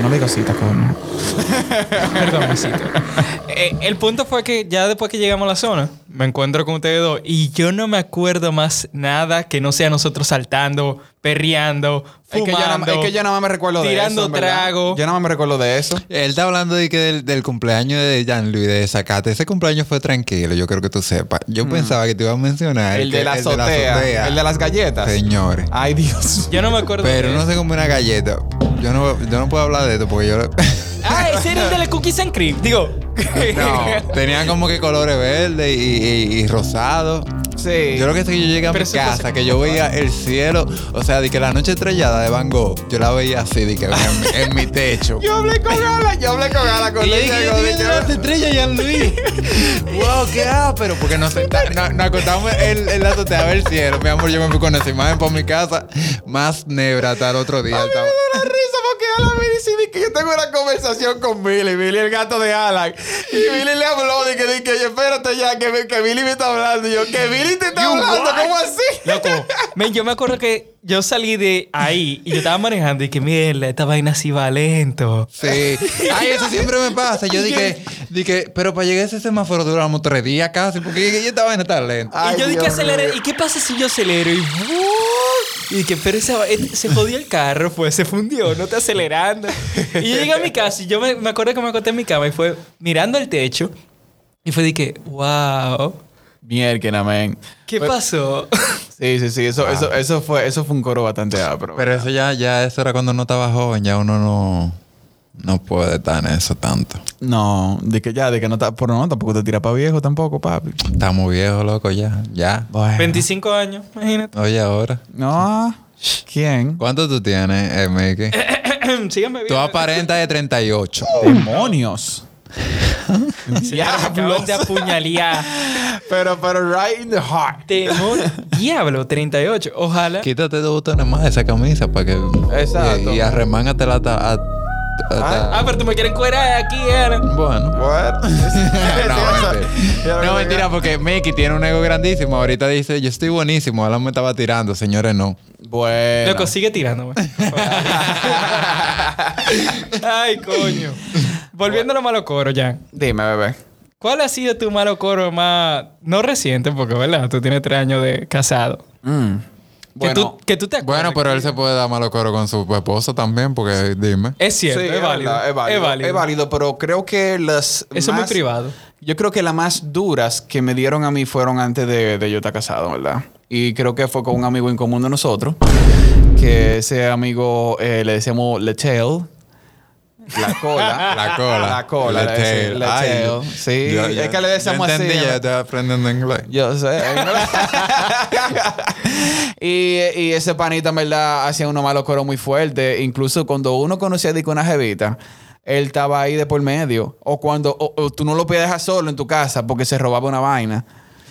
no le digo cita, coño. Perdón, cita. Eh, el punto fue que ya después que llegamos a la zona, me encuentro con ustedes dos y yo no me acuerdo más nada que no sea nosotros saltando, perreando, Es que, yo nada, más- fumando. es que yo nada más me recuerdo de eso. tirando en verdad. trago. Yo nada más me recuerdo de eso. Él está hablando de que del, del cumpleaños de Jan Luis de Zacate. Ese cumpleaños fue tranquilo, yo creo que tú sepas. Yo pensaba que te iba a mencionar. Mm. el que- de la Ah, azotea. azotea. El de las galletas. Señores. Ay, Dios. Yo no me acuerdo. Pero de no sé cómo una galleta. Yo no, yo no puedo hablar de esto porque yo. Ah, ese era el de la cookies and cream. Digo. no. Tenían como que colores verdes y, y- y rosados. Sí. Yo lo que sé que yo llegué a Pero mi eso fue casa, hace que yo veía ¿eh? el cielo, o sea, de que la noche estrellada de Van Gogh, yo la veía así, de que en, mi- en mi techo. Yo hablé con Gala, yo hablé con Gala, con Y yo dije, ella, yo con estoy viendo ella. las estrellas, Jan Luis. wow, qué pero porque nos, senta- no- nos acostamos en, en la azotea a ver el cielo. Mi amor, yo me fui con esa imagen por mi casa. Más nebra tal otro día. estaba- la risa porque Alan me dice di que yo tengo una conversación con Billy, Billy el gato de Alan. Y Billy le habló de que, di que, "Oye, espérate ya, que, me- que Billy me está hablando. Y yo, que Billy te está hablando, ¿cómo así? Loco, men, yo me acuerdo que yo salí de ahí y yo estaba manejando y que mierda, esta vaina sí va lento. Sí. Ay, eso siempre me pasa. Yo dije, dije pero para llegar a ese semáforo duramos tres días casi, porque ya esta vaina está lenta. Ay, y yo dije Dios que aceleré. mío. ¿Y qué pasa si yo acelero? Y, ¡buuu! y dije, pero esa va- eh, se jodió el carro, pues se fundió, no te acelerando. Y yo llegué a mi casa y yo me, me acuerdo que me acosté en mi cama y fue mirando el techo y fue dije, wow, Mierda, amén. ¿qué pasó? Sí, sí, sí, eso, eso, eso, fue, eso fue un coro bastante apro. Pero eso ya, ya, eso era cuando no estaba joven, ya uno no, no puede estar en eso tanto. No, de que ya, de que no está, pero no, tampoco te tira para viejo tampoco, papi. Estamos viejos, loco, ya, ya. Bueno. 25 años, imagínate. Oye, ahora. No, ¿quién? ¿Cuánto tú tienes, eh, Mickey? Síganme Tú bien. aparentas de 38. Oh. ¡Demonios! Acabas de apuñalear. Pero, pero right in the heart. Temor, diablo, 38. Ojalá. Quítate dos botones más de esa camisa para que. Exacto. Y, y arremángatela hasta. hasta- hasta- Ah, pero tú me quieres encuerar aquí, eh. Ana. bueno. What? no, mentira. No, mentira, porque Mickey tiene un ego grandísimo. Ahorita dice, yo estoy buenísimo. Alan me estaba tirando. Señores, no. Bueno. Loco, sigue tirando, güey. Ay, coño. Volviendo a los malos coros, ya. Dime, bebé. ¿Cuál ha sido tu malo coro más. No reciente, porque, ¿verdad? Tú tienes tres años de casado. Bueno, Mm. que, tú, que tú te acuerdas. Bueno, pero él se puede dar malo coro con su esposa también, porque dime. Es cierto, sí, es, válido, verdad, es válido. Es válido, pero creo que las. Eso es muy más- privado. Yo creo que las más duras que me dieron a mí fueron antes de, de yo estar casado, ¿verdad? Y creo que fue con un amigo en común de nosotros, que ese amigo eh, le decíamos Letel. La cola. La cola. La cola. Le le decía- tail. le Ay, tail. Sí, yo- es yo- que le decíamos yo así. entendí, ¿no? ya estaba aprendiendo inglés. Pues, Yo sé. y, y ese panita, en verdad, hacía unos malos coros muy fuertes. Incluso cuando uno conocía de que una jevita, él estaba ahí de por medio. O cuando o- o tú no lo podías dejar solo en tu casa porque se robaba una vaina.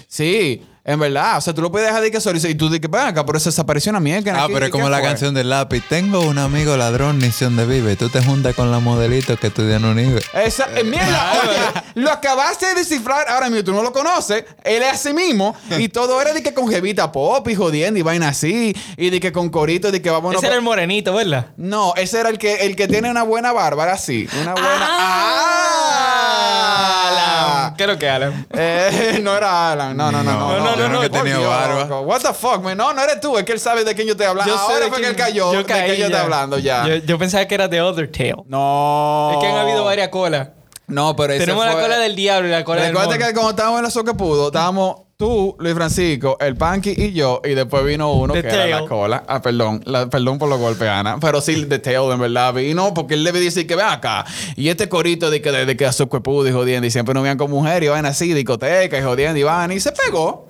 Sí. En verdad, o sea, tú lo puedes dejar de que solo y tú dices, ven acá, pero se desapareció una mierda. Ah, ¿qué- pero qué es como la fue?" canción del lápiz. Tengo un amigo ladrón, ni sé dónde vive. Tú te juntas con la modelito que estudian en Unive. Esa, eh, mierda, oye, lo acabaste de descifrar ahora mismo, tú no lo conoces, él es así mismo, y todo era de que con jevita pop y jodiendo y vaina así, y de que con corito, de que vamos Ese era el morenito, ¿verdad? No, ese era el que, el que tiene una buena bárbara, sí, una buena... ¡Ah! Alan. ¿Qué es lo que Alan? Eh, no era Alan, no, no, no, No, no. no, no, no, que por tenía Dios, barba. loco. What the fuck, man. No, no eres tú, es que él sabe de quién yo estoy hablando. sé Ahora de fue quién- que él cayó, de caí que yo estoy hablando ya. Yo, yo pensaba que era de Other Tale. No. Es que han habido varias colas. No, pero ese Tenemos la fue- cola del diablo y la cola del Recuerda mono. que cuando estábamos en la Soca Pudo, estábamos tú, Luis Francisco, el Panky y yo, y después vino uno The que era la Tail. cola. Ah, perdón, la- perdón por los golpes, Ana. Pero sí, The Tail, en verdad, vino porque él debe decir que ve acá. Y este corito de que, de, de que a Soca Pudo y jodiendo, y siempre nos veían con mujeres, y van así, discoteca, y jodiendo, y van, y se pegó.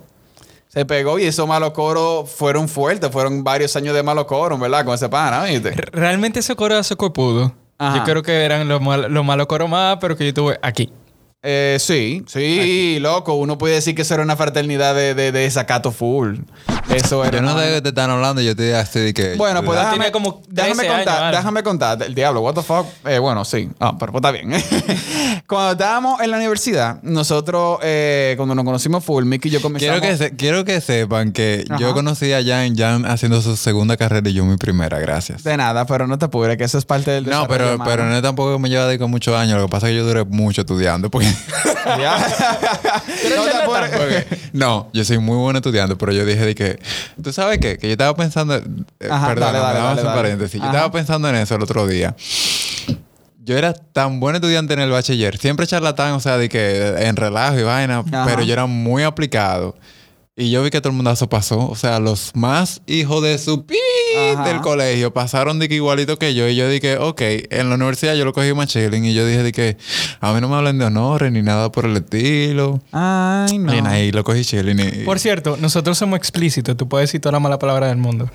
Se pegó y esos malos coros fueron fuertes, fueron varios años de malos coros, ¿verdad? Con ese pana, ¿viste? Realmente ese coro era socorpudo. Ajá. Yo creo que eran los mal- los malos coros más, pero que yo tuve aquí. Eh, sí, sí, loco. Uno puede decir que eso era una fraternidad de, de, de desacato full. Eso era. Yo no sé de qué te están hablando. Yo te dije así de que... Bueno, pues Yo déjame, tenía como déjame 13 contar, años, ¿vale? déjame contar. El diablo, what the fuck. Eh, bueno, sí. Ah, pero pues, está bien. cuando estábamos en la universidad, nosotros, eh, cuando nos conocimos full, Mickey y yo comenzamos... Quiero que, se- quiero que sepan que Ajá. yo conocí a Jan, Jan haciendo su segunda carrera y yo mi primera, gracias. De nada, pero no te apures, que eso es parte del No, pero, desarrollo pero humano. no tampoco me lleva de con muchos años. Lo que pasa es que yo duré mucho estudiando. Porque, Ya. no te apures. porque- no, yo soy muy bueno estudiando, pero yo dije de que... ¿Tú sabes qué? Que yo estaba pensando... eh, Ajá, dale, perdóname, dale, vamos a hacer dale, un dale. paréntesis. Yo Ajá. estaba pensando en eso el otro día. Yo era tan buen estudiante en el bachiller. Siempre charlatán, o sea, de que en relajo y vaina. Ajá. Pero yo era muy aplicado. Y yo vi que todo el mundazo pasó. O sea, los más hijos de su pi Ajá. del colegio pasaron de que igualito que yo. Y yo dije, ok, en la universidad yo lo cogí más chilling. Y yo dije de que a mí no me hablen de honores ni nada por el estilo. Ay, no. Y ahí lo cogí chilling. y- Por cierto, nosotros somos explícitos. Tú puedes decir toda la mala palabra del mundo.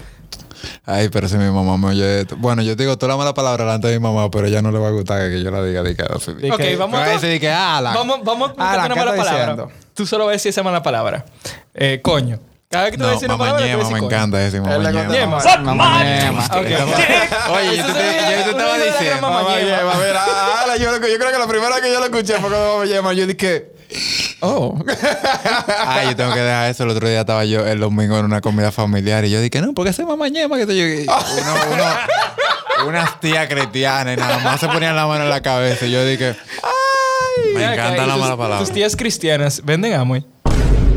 Ay, pero si mi mamá me oye esto. Bueno, yo digo toda la mala palabra delante de mi mamá, pero ella no le va a gustar que yo la diga de que así. Ok, que- vamos Va a... a decir de que, "Ah, la-". Vamos, vamos a explicar Alan, una ¿qué mala estás palabra. diciendo? Tú solo vas a decir esa mala palabra. Eh, coño. Cada vez que tú vas a No, decir una mamá palabra, ñema, tú me vas a decir coño. encanta decir mamá Él le contó, ñema. Ñema. mamá, ñema. Ok. Oye, yo te, Eso sería yo te una estaba de las diciendo. gran mamá Mamá ñema. Yema, mira, ala, yo, yo creo que la primera que yo lo escuché fue cuando Mamá Yema, yo dije, oh. Ay, yo tengo que dejar eso. El otro día estaba yo el domingo en una comida familiar y yo dije, no, porque ese mamá ñema que te yo. y uno- uno- unas tías cristianas y nada más se ponían la mano en la cabeza. Y yo dije, ay, me Mira acá, encanta y la tus- mala Tus palabra. tías cristianas venden Amway.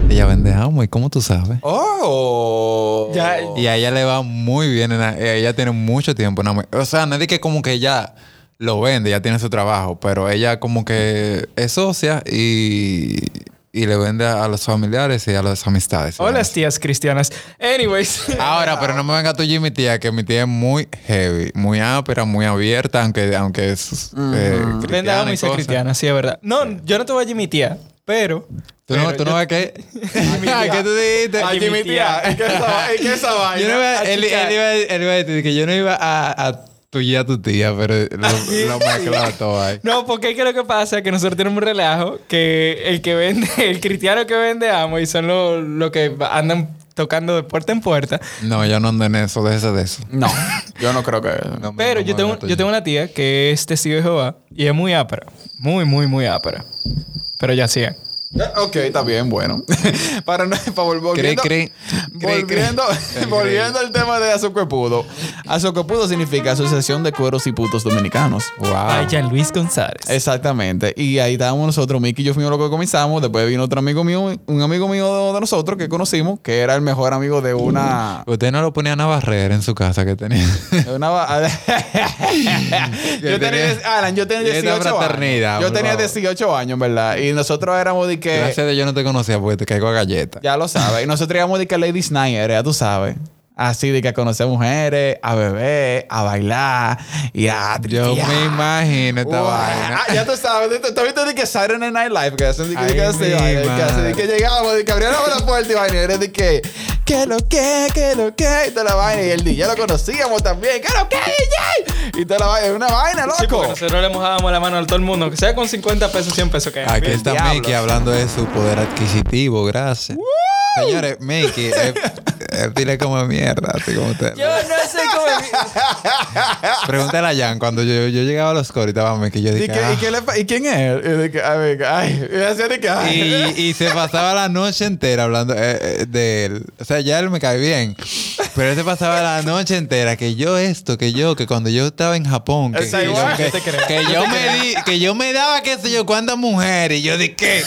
Ella vende ¿y ¿cómo tú sabes? Oh. Ya- Y a ella le va muy bien. en la- eh, ella tiene mucho tiempo. en Amway. o sea, nadie que como que ya lo vende, ya tiene su trabajo. Pero ella como que es socia y, y le vende a, a los familiares y a las amistades. Hola, las tías cristianas. Anyways. Ahora, pero no me venga tú y mi tía, que mi tía es muy heavy, muy ápera, muy abierta, aunque, aunque es eh, Vende cristiana Amway y y sea cosas. cristiana, sí, es verdad. No, yo no te voy a mi tía, pero... ¿Tú no, tú no ves que... ¿Qué tú dijiste? Ay, Jimmy mi tía, tía. ¿en qué esa- en qué esa Yo vaina? no iba, a él, chichar. él iba, él iba a decir que yo no iba a, a tuyar a tu tía, pero lo, lo mezclaba todo ahí. No, porque es que lo que pasa es que nosotros tenemos un relajo que el que vende, el cristiano que vende Amway son los los que andan tocando de puerta en puerta. No, yo no ando en eso, déjese de eso. No, yo no creo que... No me- Pero no yo me tengo, venga tú yo y- tengo una tía que es testigo de Jehová y es muy ápera. Muy, muy, muy ápera. Pero ya sigue. Eh, Ok, está bien, bueno. para no, para vol- volviendo, cre. Cre, cre. volviendo, Cre, cre. volviendo al tema de Azocuepudo. Azocuepudo significa Asociación de Cueros y Putos Dominicanos. Ah. Wow. Luis González. Exactamente. Y ahí estábamos nosotros, Mickey y yo fuimos los que comenzamos. Después vino otro amigo mío, un amigo mío de nosotros que conocimos, que era el mejor amigo de una. Usted no lo ponían a barrer en su casa que tenía. de una ba- yo tenía, tenía- Alan, yo tenía Tiene esta 18 fraternidad, años. Yo por tenía favor. 18 años, en ¿verdad? Y nosotros éramos de que. Gracias de yo no te conocía porque te caigo a galleta. Ya lo sabes. Y nosotros íbamos de que Lady Snyder, ya tú sabes. Así de que a conocer mujeres, a beber, a bailar y a Yo tripear. me imagino esta Wow. vaina. Ah, ya tú sabes, tú- tú tú viste de que Saturday Night Live, que hacen de que, de que, Ay, así, mi vaina, que, hacen de madre. que llegábamos, de que abríamos la puerta y vaina, y era de que, ¿qué lo que? ¿qué lo que? Y toda la vaina, y el DJ lo conocíamos también, ¿qué lo que, DJ? Y toda la vaina, es una vaina, Sí, porque loco. nosotros le mojábamos la mano a todo el mundo, que sea con 50 pesos, 100 pesos que Aquí Bien. está diablo. Mickey hablando de su poder adquisitivo, gracias. Señores, Mickey, eh, eh, dile como mierda, así como usted. Yo no sé cómo. Pregúntale a Jan, cuando yo, yo llegaba a los coros y estaba Mickey, yo ¿Y, dije, qué, "Ah". y, qué le pa- ¿Y quién es él? Y de que, a ver, ay, y así de que, ay. Y, y se pasaba la noche entera hablando eh, eh, de él. O sea, ya él me cae bien. Pero él se pasaba la noche entera que yo esto, que yo, que cuando yo estaba en Japón, que, Esa que yo, igual. que- Yo te creo. que yo me di, que yo me daba qué sé yo cuántas mujeres y yo dije qué.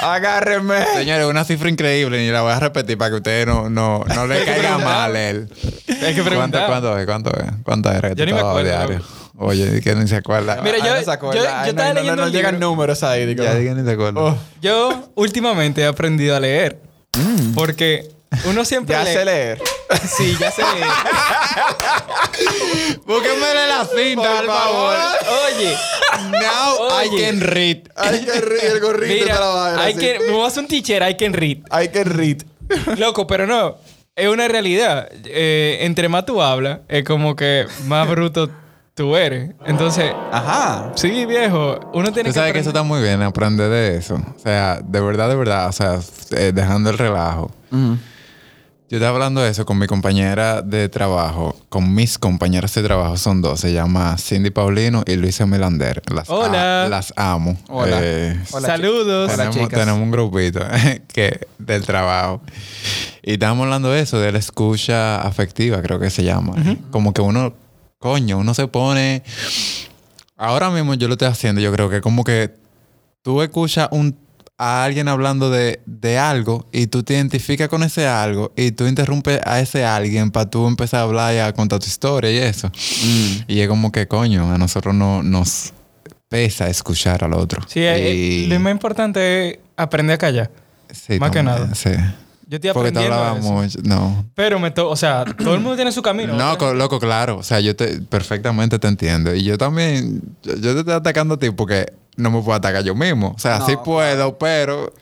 Agárreme. Señores, una cifra increíble, ni la voy a repetir para que ustedes no, no, no le caiga mal él. Hay que ¿Cuánto, preguntar. cuánto es? ¿Cuánto es? ¿Cuánto es? Yo ni me Todo acuerdo. diario. Oye, que ni se acuerda. Mira, Ay, yo- no se acuerda. yo- yo Ay, no, estaba no, no, leyendo No el llegan libro. números ahí, digo. ya digan ni se acuerda. Oh, Yo últimamente he aprendido a leer. Mm. Porque uno siempre ya lee. sé leer. Sí, ya sé leer. Búsquenmele la cinta, Por favor. Oye, Now I Oye. can read. Hay que reír, el gorrito te la va a mira, ver hay así. que, me voy a hacer un teacher, hay que read. Hay que read. Loco, pero no. Es una realidad. Eh, entre más tú hablas, es como que más bruto tú eres. Entonces, Ajá. sí, viejo. Uno tiene Tú sabes que eso aprender- está muy bien, aprender de eso. O sea, de verdad, de verdad, o sea, eh, dejando el relajo. Yo estaba hablando de eso con mi compañera de trabajo, con mis compañeras de trabajo, son dos, se llama Cindy Paulino y Luisa Melander. Las a- Hola. las amo. Hola. Eh, Hola, Saludos. chicas. Hola, tenemos, tenemos un grupito que, del trabajo. Y estábamos hablando de eso, de la escucha afectiva, creo que se llama. Como que uno, coño, uno se pone. Ahora mismo yo lo estoy haciendo, yo creo que como que tú escuchas un, a alguien hablando de, de algo y tú te identificas con ese algo y tú interrumpes a ese alguien para tú empezar a hablar y a contar tu historia y eso. Mm. Y es como que, coño, a nosotros no, nos pesa escuchar al otro. Sí, eh, Y- lo más importante es aprender a callar. Sí, Más que también, nada. Sí. Yo estoy Porque tú aprendiendo a hablabas eso. mucho. No. Pero me to- o sea, todo el mundo tiene su camino. No, ¿verdad? co- loco, claro. O sea, yo te, perfectamente te entiendo. Y yo también, yo, yo te estoy atacando a ti porque no me puedo atacar yo mismo. O sea, sí puedo, pero...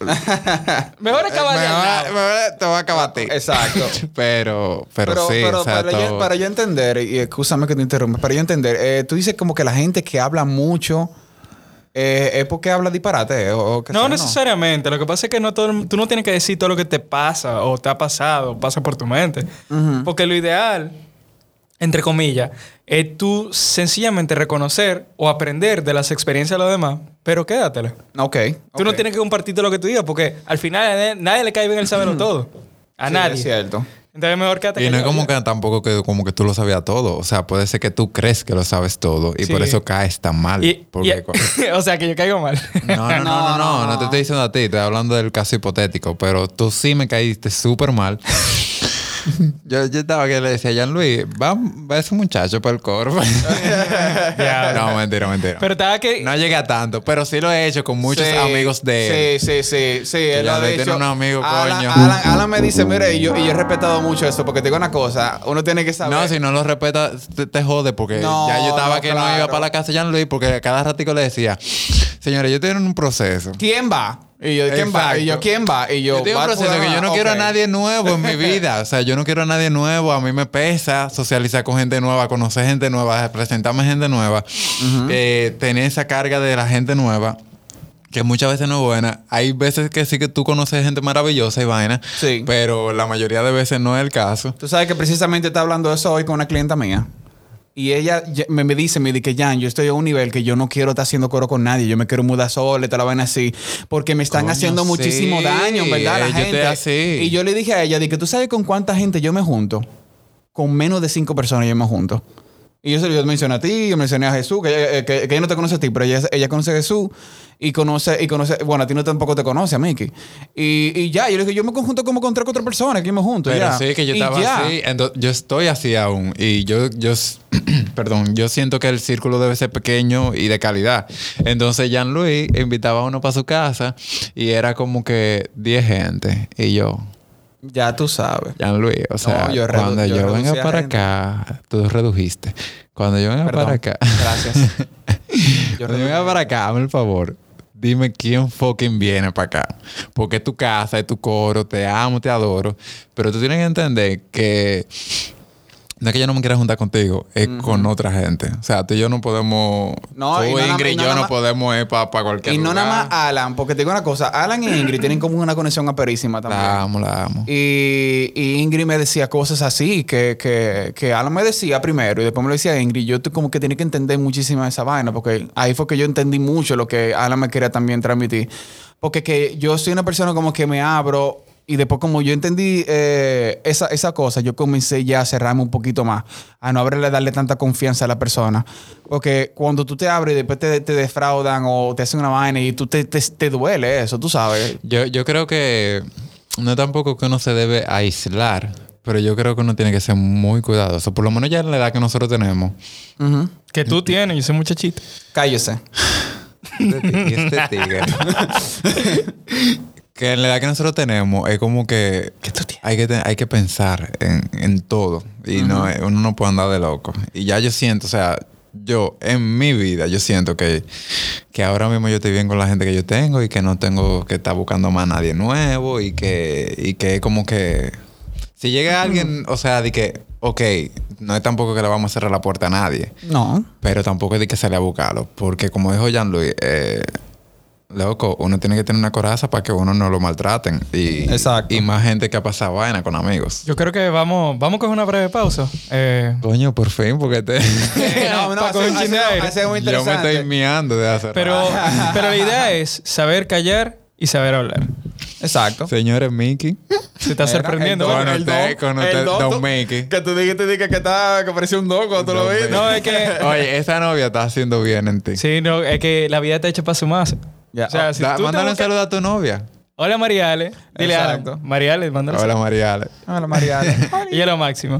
Mejor acabar de eh, mejor- hablar. mejor te voy a acabar a ti. Exacto. Pero, pero, Pero, sí, pero o sea, para, yo, todo- para yo entender, y escúchame que te interrumpa, para yo entender, eh, tú dices como que la gente que habla mucho eh, es porque habla disparate. eh, O, o que No sea, necesariamente. Lo que pasa es que no todo, el- tú no tienes que decir todo lo que te pasa o te ha pasado, o pasa por tu mente. Porque lo ideal, entre comillas, es tú sencillamente reconocer o aprender de las experiencias de los demás, pero quédatela. Ok. Tú no tienes que compartir todo lo que tú digas porque al final a nadie, nadie le cae bien el saberlo todo. A nadie. Es cierto. Entonces mejor quédate Y no es callado. como que tampoco que, como que tú lo sabías todo. O sea, puede ser que tú crees que lo sabes todo y Sí. por eso caes tan mal. Y- porque y- cu- o sea, que yo caigo mal. No, no, no, no, no, no, te estoy diciendo a ti, estoy hablando del caso hipotético, pero tú sí me caíste súper mal. yo, yo estaba que le decía a Jean Luis, va, va ese muchacho para el coro. Ya. no, mentira, mentira. Pero estaba que... no llegué a tanto, pero sí lo he hecho con muchos Sí, amigos de él. Sí, sí, sí. Sí, él lo ya ha le tiene dicho. un amigo, Alan, coño. Alan, Alan me dice, mira, y yo, y yo he respetado mucho eso, porque te digo una cosa, uno tiene que saber. No, si no lo respeta, te, te jode porque No, ya yo estaba no, que no claro. iba para la casa de Jean Luis porque cada ratico le decía, señores, yo tengo un proceso. ¿Quién va? Y yo, ¿quién va? Y yo, Exacto. ¿quién va? Y yo, Yo tengo un va proceso que yo fulano. no quiero a Ok. nadie nuevo en mi vida. O sea, yo no quiero a nadie nuevo. A mí me pesa socializar con gente nueva, conocer gente nueva, presentarme gente nueva, eh, tener esa carga de la gente nueva. Que muchas veces no es buena. Hay veces que sí que tú conoces gente maravillosa y vaina. Sí. Pero la mayoría de veces no es el caso. Tú sabes que precisamente está hablando eso hoy con una clienta mía. Y ella ya- me, me dice, me dice que Jan, yo estoy a un nivel que yo no quiero estar haciendo coro con nadie, yo me quiero mudar sola, y tal la vaina así, porque me están Coño, haciendo sí. muchísimo daño, ¿verdad? La Ella te gente. hace. Y yo le dije a ella, de que tú sabes con cuánta gente yo me junto, con menos de cinco personas yo me junto. Y yo se lo yo mencioné a ti, yo mencioné a Jesús, que ella, eh, que, que ella no te conoce a ti, pero ella, ella conoce a Jesús y conoce, y conoce, bueno, a ti no tampoco te conoce, a Mickey. Y, y ya, yo le dije, yo me conjunto como con tres o cuatro personas, que yo me junto. Pero ya. sí, que yo Y estaba ya. así. Ento- yo estoy así aún. Y yo, yo, s- perdón, yo siento que el círculo debe ser pequeño y de calidad. Entonces Jean-Louis invitaba a uno para su casa y era como que 10 gente. Y yo, Ya tú sabes. Jean-Louis, o sea, yo redu- cuando yo yo, venga reducí a para gente. acá, tú redujiste. Cuando yo venga Perdón. para acá, Gracias. Yo cuando yo venga para acá, hazme el favor. Dime quién fucking viene para acá. Porque es tu casa, es tu coro, te amo, te adoro. Pero tú tienes que entender que no es que yo no me quiera juntar contigo, es con otra gente. O sea, tú y yo no podemos. No, tú, y no nada- Ingrid, y no yo nada no más- podemos ir para cualquier Y no nada lugar. más ah, Alan, porque te digo una cosa, Alan y Ingrid tienen como una conexión aperísima también. La amo, la amo. Y, y Ingrid me decía cosas así, que, que, que Alan me decía primero y después me lo decía Ingrid. Yo tu- como que tenía que entender muchísimo esa vaina, porque ahí fue que yo entendí mucho lo que Alan me quería también transmitir. Porque que yo soy una persona como que me abro y después como yo entendí eh, esa, esa cosa, yo comencé ya a cerrarme un poquito más, a no abrirle, darle tanta confianza a la persona. Porque cuando tú te abres y después te, te defraudan o te hacen una vaina y tú te, te, te duele eso, tú sabes. Yo, yo creo que no tampoco que uno se debe aislar, pero yo creo que uno tiene que ser muy cuidadoso. Por lo menos ya en la edad que nosotros tenemos. Ujú. Que tú tienes, yo soy muchachito. Cállese. Este ti- y este tigre. que en la edad que nosotros tenemos es como que hay que, te- hay que pensar en, en todo y no eh, uno no puede andar de loco. Y ya yo siento, o sea, yo en mi vida yo siento que, que ahora mismo yo estoy bien con la gente que yo tengo y que no tengo que estar buscando más nadie nuevo y que y que es como que si llega alguien, o sea, de que ok, no es tampoco que le vamos a cerrar la puerta a nadie. No. Pero tampoco es de que sale a buscarlo. Porque como dijo Jean-Louis, eh, loco, uno tiene que tener una coraza para que uno no lo maltraten. Y, Exacto. y más gente que ha pasado vaina con amigos. Yo creo que vamos, vamos a coger una breve pausa. Eh, Coño, por fin, porque te... no, no, Para coger hace- un chin de hace- aire. hace muy yo me interesante. estoy miando de hacer pero, pero la idea es saber callar y saber hablar. Exacto. Señores, Mickey. Se está sorprendiendo. Con ¿verdad? el usted, con usted, Don Mickey. Que tú dijiste, dije que está, que parecía un don cuando tú lo Don viste. Mickey. No, es que Oye, esa novia está haciendo bien en ti. Sí, no, es que la vida está hecha para sumarse. Ya. O sea, si oh, Da- tú te mándale un buscas- saludo a tu novia. Hola Mariale. Dile Exacto. algo. Mariale, mándale Hola, Mariale. Hola, Mariana. saludo. Ella es lo máximo.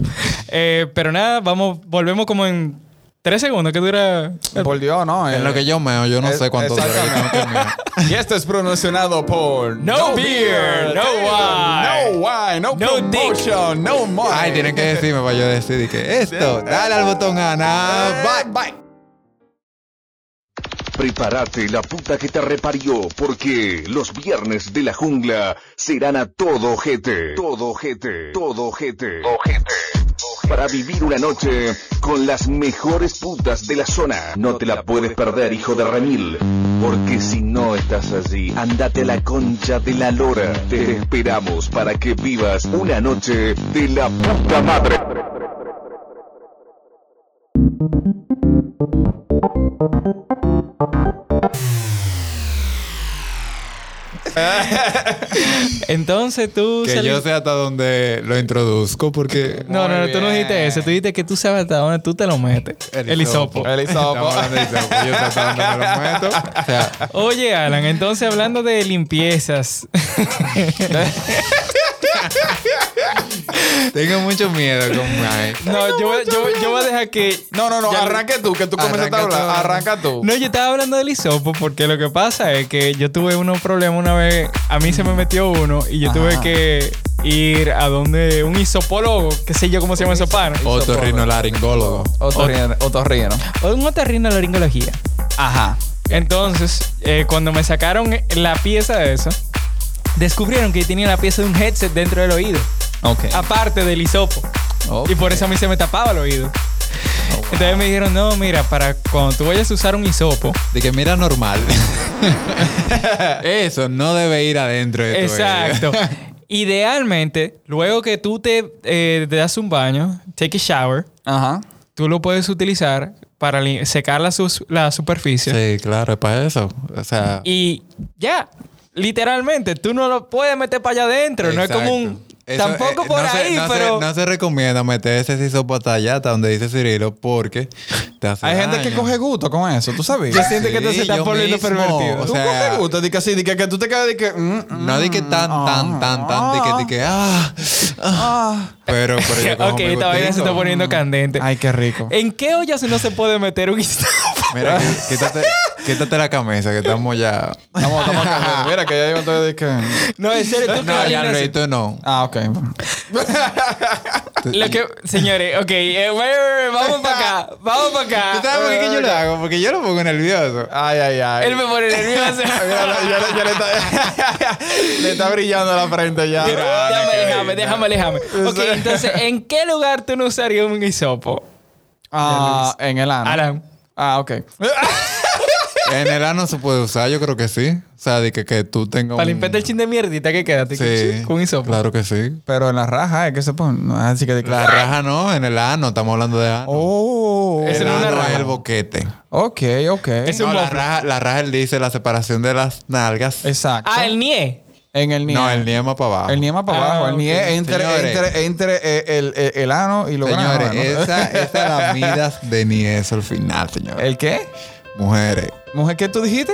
Eh, pero nada, vamos, volvemos como en tres segundos que dura. por Dios, no. eh. En lo que yo meo, yo no es- sé cuánto dura. yo tengo exactamente. que mear. Y esto es pronunciado por No beer, no wine. no wine, no, No dick. promotion, no more. Ay, tienen que decirme para yo decidir que esto. Dale al botón Ana. Ah, Bye. Bye, bye. Prepárate la puta que te reparió, porque los viernes de la jungla serán a todo jete. Todo jete. Todo jete. Para vivir una noche con las mejores putas de la zona. No te la puedes perder, hijo de Ramil. Porque si no estás allí, andate a la concha de la lora. Te esperamos para que vivas una noche de la puta madre. Entonces tú. Que sali- yo sé hasta dónde lo introduzco porque... No, no, no, tú no dijiste eso. Tú dijiste que tú sabes hasta dónde tú te lo metes. El hisopo. El hisopo. Estamos hablando de hisopo. Yo sé hasta dónde me lo meto. O sea, Oye, Alan, entonces hablando de limpiezas. tengo mucho miedo con Mike. No, yo, voy- yo, yo voy a dejar que. No, no, no, Ya- arranca tú, que tú comenzaste a Arranca hablar. tú. Arranca tú. No, yo estaba hablando del hisopo porque lo que pasa es que yo tuve unos problemas una vez. A mí se me metió uno y yo tuve que ir a donde un hisopólogo, qué sé yo cómo se llama ese pana. Otorrinolaringólogo. Otorrino. Otorrino. O un otorrinolaringología. Ajá. Entonces, eh, cuando me sacaron la pieza de eso, descubrieron que tenía la pieza de un headset dentro del oído, Ok. Ah, aparte del hisopo. Ok. Y por eso a mí se me tapaba el oído. Entonces me dijeron, no, mira, para cuando tú vayas a usar un hisopo, De que mira normal. Eso no debe ir adentro de tu Exacto. vida. Idealmente, luego que tú te, eh, te das un baño, take a shower, Ajá. tú lo puedes utilizar para li- secar la, sus- la superficie. Sí, claro, es para eso. O sea, Y ya, literalmente, tú no lo puedes meter para allá adentro. No es exacto. como un... Eso, tampoco eh, por no se- ahí, no se- pero... no se recomienda meter ese siso hasta donde dice Cirilo porque te hace Hay gente que daño. coge gusto con eso, ¿tú sabes? Yo siento que tú se Sí, estás yo poniendo mismo, pervertido. o Tú sea- coges gusto, di que así, di que, que tú te quedas de que... mm, mm, No di que tan, Ah. tan, tan, tan, de que, di que, ah, ah. Pero, pero yo cojo ok, mi esta vaina se está gustico. poniendo candente. Ay, qué rico. ¿En qué ollas no se puede meter un hisopo? Mira, quí- quítate, quítate la camisa que estamos ya... Vamos, estamos acá. Mira, que ya llevo todo de que... No, en serio, tú te No, ya, imaginas- Rey, tú no. Ah, ok. Lo que, señores, ok, eh, wait, wait, wait, vamos para acá, vamos para acá. ¿Tú sabes por qué que yo lo hago? Porque yo lo pongo nervioso. Ay, ay, ay. Él me pone nervioso. Mira, ya, le- ya le, está, le está brillando la frente ya. déjame, déjame, déjame, déjame. Ok, entonces, ¿en qué lugar tú no usarías un hisopo? Ah, en el ano. Alan. Ah, ok. En el ano se puede usar, yo creo que sí. O sea, de que, que tú tengas Para un- limpiarte el chin de mierdita que queda, te- Sí, con pues? un hisopo. claro que sí. Pero en la raja, es que se pone. no, Así que. La raja no, en el ano, estamos hablando de ano. Oh. el Ese no es ano una es raja. el boquete. Ok, ok. Es un No, la mofle. raja, la raja, él dice la separación de las nalgas. Exacto. Ah, el nie. En el nie. No, el nie es más para abajo. El nie más para Ah, abajo. El ok. nie entre, Señores. entre, entre eh, el, el, el ano y los Señores, granos, ¿no? esa, esa la miras de ni eso al final, señores. ¿El qué? Mujeres, ¿Mujer qué tú dijiste?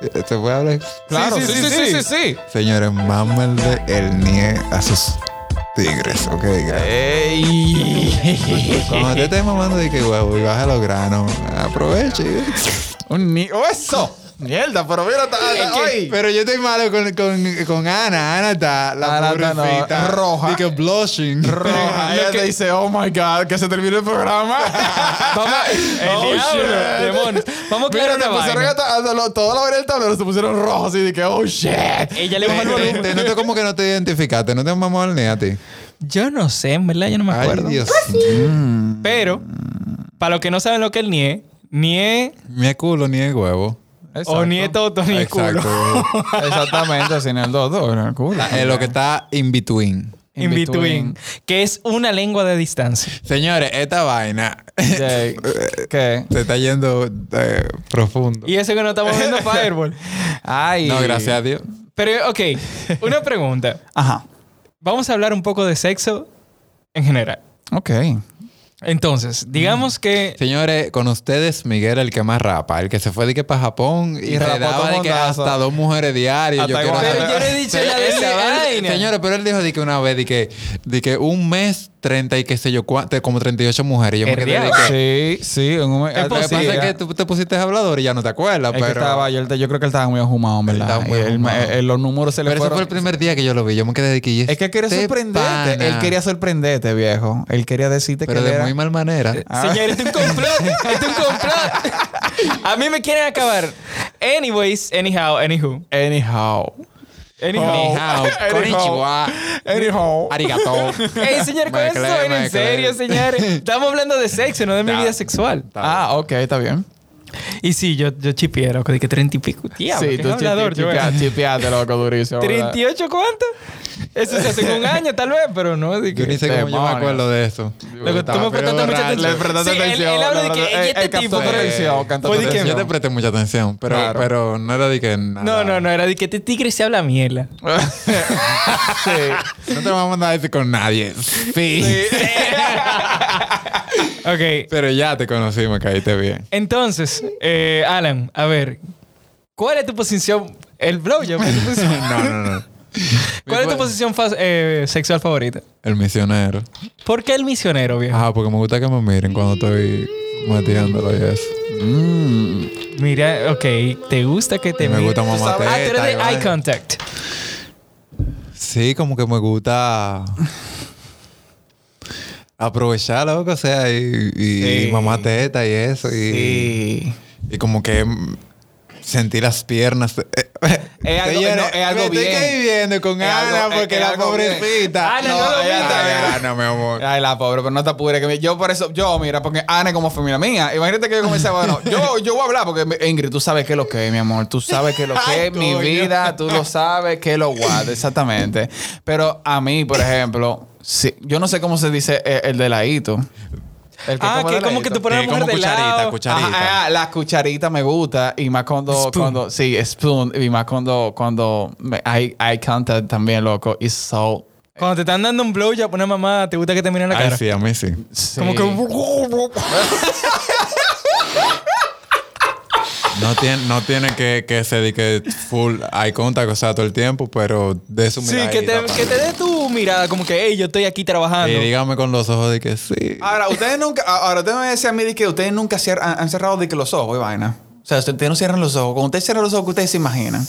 ¿se puede hablar? Claro, sí, sí, sí, sí, sí. Señores, mámenle el nie a sus tigres, ok. gracias. ¡Ey! Cuando te estés mamando de que huevo y baja los granos, aproveche. Un ni- ¡Oh, eso! Mierda, pero mira, está. ¡Ay! Pero yo estoy malo con, con, con Ana. Ana está la Ana está, no, pobrecita. roja. Dice blushing. Roja, ella te dice, oh my god, que se terminó el programa. Vamos, el Oh, diablo, shit. demonios. Vamos a Mira, te aclarar una pusieron vaina. hasta, hasta lo- toda la hora del tablero se pusieron rojos así de que, oh shit. Este, Ella le Te, bajó el te- volumen. te noto como que no te identificaste, no te mamó al ni a ti. Yo no sé, en verdad, yo no me Ay, acuerdo. Dios. Pero, para los que no saben lo que es el E, nie, nie Ni es culo, ni es huevo. o nie E toto ni Exacto. culo. Exactamente, sin el dodo, en el culo. Es lo que está in between. In between. Que es una lengua de distancia. Señores, esta vaina Jake, ¿Qué? se está yendo eh, profundo. Y eso que no estamos viendo Fireball. Ay. No, gracias a Dios. Pero, ok, una pregunta. Ajá. Vamos a hablar un poco de sexo en general. Ok. Entonces, digamos que Señores, con ustedes Miguel el que más rapa, el que se fue de que para Japón y, Y se rapó daba todo de que mondazo. hasta dos mujeres diarias. Yo Hasta quiero igual. hacer- Pero yo no he dicho Se- nada de ese- esa él- vaina. Señores, pero él dijo de que una vez de que, de que un mes 30 y qué sé yo, cuánto, como 38 mujeres. Yo me quedé de Herdiado. que Sí, sí. En un, eh, Lo que pasa es que tú te pusiste hablador y ya no te acuerdas, Es que pero estaba, yo, yo creo que él estaba muy ahumado, en ¿verdad? estaba muy Y él- ahumado. eh, los números se le pero ese fueron. fue el primer día que yo lo vi. Yo me quedé de que Es que quería este sorprenderte. pana. Él quería sorprenderte, viejo. Él quería decirte pero que él de era... muy mal manera. Señor, este es un complot. Este es un complot. A mí me quieren acabar. Anyways, anyhow, anywho. Anyhow. Anyhow. Anyhow, konnichiwa, Anyhow. arigato. Ey, señor, con Me eso clave, me en serio, clave. señores. Estamos hablando de sexo, no de mi Ya. vida sexual. Ah, ok, está bien. Y sí, yo, yo chipié, loco, de que 30 y pico. Diablo, sí, qué tú hablador, yo era. chipea- chipeaste, loco, durísimo. ¿verdad? ¿38 cuánto? Eso se hace en un año, tal vez, pero no. De que... Yo ni sé cómo yo me Demonios. acuerdo de eso. Loco, tú me prestaste mucha atención. Le prestaste Sí, él- atención, Él le habla de que prestaste- "Ey, él este captó tipo. tu atención, captó tu Fue de que- Yo te presté mucha atención, pero, Claro. pero no era de que nada. Ah. No, no, no, era de que este tigre se habla mierda. sí. No te vamos a mandar a decir con nadie. Sí. Ok, Pero ya te conocí, me caíste bien. Entonces, eh, Alan, a ver, ¿cuál es tu posición? El blowjob. ¿cuál es tu posición? No, no, no. ¿Cuál es tu posición fa- eh, sexual favorita? El misionero. ¿Por qué el misionero, viejo? Ajá, porque me gusta que me miren cuando estoy metiéndolo y eso. Mira, ok, te gusta que te Me miren. gusta Tú mamá sabes- Ah, tú eres teta de y vaina. eye contact. Sí, como que me gusta aprovechar, loco, o sea, y, y Sí. mamá teta y eso. Y, Sí. y como que mm, sentí las piernas. Es algo- eh, Señores, no, es algo me bien. estoy viviendo con Es Ana algo- es- porque es la algo pobrecita. bien. Ana, no lo ay, viste. ay, Ana, mi amor. Ay, la pobre, pero no te apures. Que me- yo por eso, yo, mira, porque Ana como familia mía. Imagínate que yo comencé, bueno, yo, yo voy a hablar porque mi- Ingrid, tú sabes qué es lo que es, mi amor. Tú sabes qué es lo que Ay, es mi coño. vida. Tú lo sabes qué es lo guarda, exactamente. Pero a mí, por ejemplo, sí, yo no sé cómo se dice eh, el, de ladito. El que ah, come que de como ladito. que te ponen Eh, a como comer de cucharita, lado. cuch- Cucharita. Ajá, ah, la cucharita me gusta y más cuando, Spoon. cuando sí, spoon y más cuando cuando me- hay hay canta también loco y so Cuando te están dando un blow, ya una mamá, te gusta que te miren la Ay, cara. sí, a mí sí. sí. Como que. No tiene, no tiene que, que se dedique full eye contact, o sea, todo el tiempo, pero de su Sí, que te, miradita, que te dé tu mirada, como que, hey, yo estoy aquí pa. trabajando. Y dígame con los ojos de que sí. Ahora, ustedes nunca a- ahora ustedes me decían a mí de que ustedes nunca cier- han, han cerrado de que los ojos y vaina. O sea, ustedes no cierran los ojos. Cuando ustedes cierran los ojos, ¿qué ustedes se imaginan?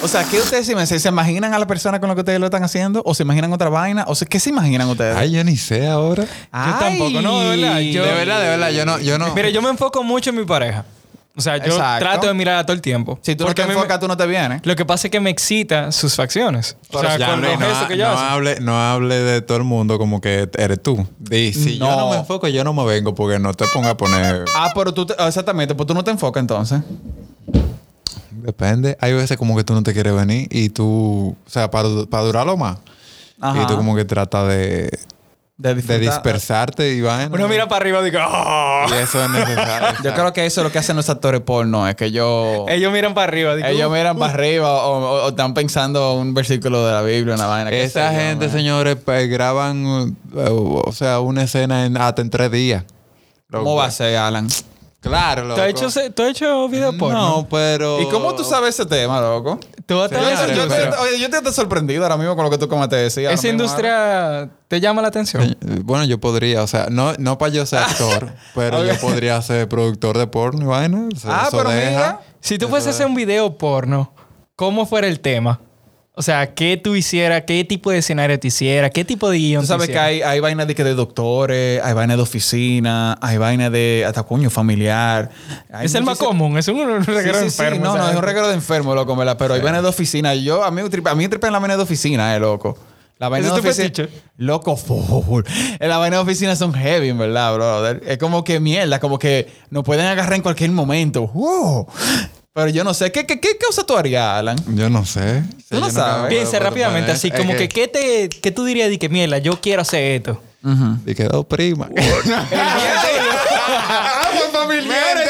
O sea, ¿qué ustedes se imaginan? ¿Se imaginan a la persona con la que ustedes lo están haciendo? ¿O se imaginan otra vaina? O sea, ¿qué se imaginan ustedes? Ay, yo ni sé ahora. Yo tampoco, no, de verdad. Ay. Yo- de verdad, de verdad, yo no, yo no. Mira, yo me enfoco mucho en mi pareja. O sea, yo Exacto. trato de mirarla todo el tiempo. Si tú no te Porque a mí me- enfocas, tú no te vienes. Lo que pasa es que me excita sus facciones. O Pero sea, ya, con Luis, los no, gestos que ella no hace. hable, no hable de todo el mundo como que eres tú. Di, si yo No. no me enfoco, yo no me vengo porque no te ponga a poner. Ah, pero tú, te- exactamente, pues tú no te enfocas entonces. Depende. Hay veces como que tú no te quieres venir y tú, o sea, para, para durarlo más. Ajá. Y tú como que trata de, de disfrutar. dispersarte y vaina. Uno mira para arriba y digo, "Ah". Y eso es necesario. Yo creo que eso es lo que hacen los actores porno, es que yo... Ellos miran para arriba. digo, Ellos "Uh". miran para arriba o, o- o están pensando un versículo de la Biblia, una vaina. qué Esa sé yo, gente, man. señores, pues, graban, uh, uh, o sea, una escena en, hasta en tres días. ¿Cómo va a ser, Alan? Claro, loco. ¿Tú has hecho, se- tú has hecho video porno? No, pero... ¿Y cómo tú sabes ese tema, loco? Tú has Señores, Yo te- yo esa pero- industria. te- oye, yo te estoy sorprendido ahora mismo con lo que tú como te decías. Esa industria te llama la atención. Eh, Bueno, yo podría, o sea, no, no para yo ser actor, pero yo podría ser productor de porno y vaina. O Ah, sea, eso pero deja. mira. Si tú fueses a hacer un video porno, ¿cómo fuera el tema? O sea, ¿qué tú hicieras? ¿Qué tipo de escenario te hiciera? ¿Qué tipo de guión Tú sabes te que hay, hay vainas de, que de doctores, hay vainas de oficina, hay vainas de hasta coño familiar. Hay Es el más muchísimas- común. Es un, un Sí, reguero sí, sí, enfermo. No, o sea, este no, es un regalo de enfermo, loco, ¿verdad? Pero hay vainas de oficina. Yo, a mí, me tripa- a mí me tripan la vaina de oficina, eh, loco. La vaina ¿Ese de es tu oficina. fetiche? Loco, full. Eh, La vaina de oficina son heavy, en verdad, brother. Es como que mierda, como que nos pueden agarrar en cualquier momento. Wow. Pero yo no sé. ¿Qué, qué, qué cosa tú harías, Alan? Yo no sé. Sí, no yo nunca sabes. me Piensa puedo rápidamente, poner- así es como que, ¿qué, te, ¿qué tú dirías de que mierda? Yo quiero hacer esto. Y quedó prima. ¡Vamos, familiares!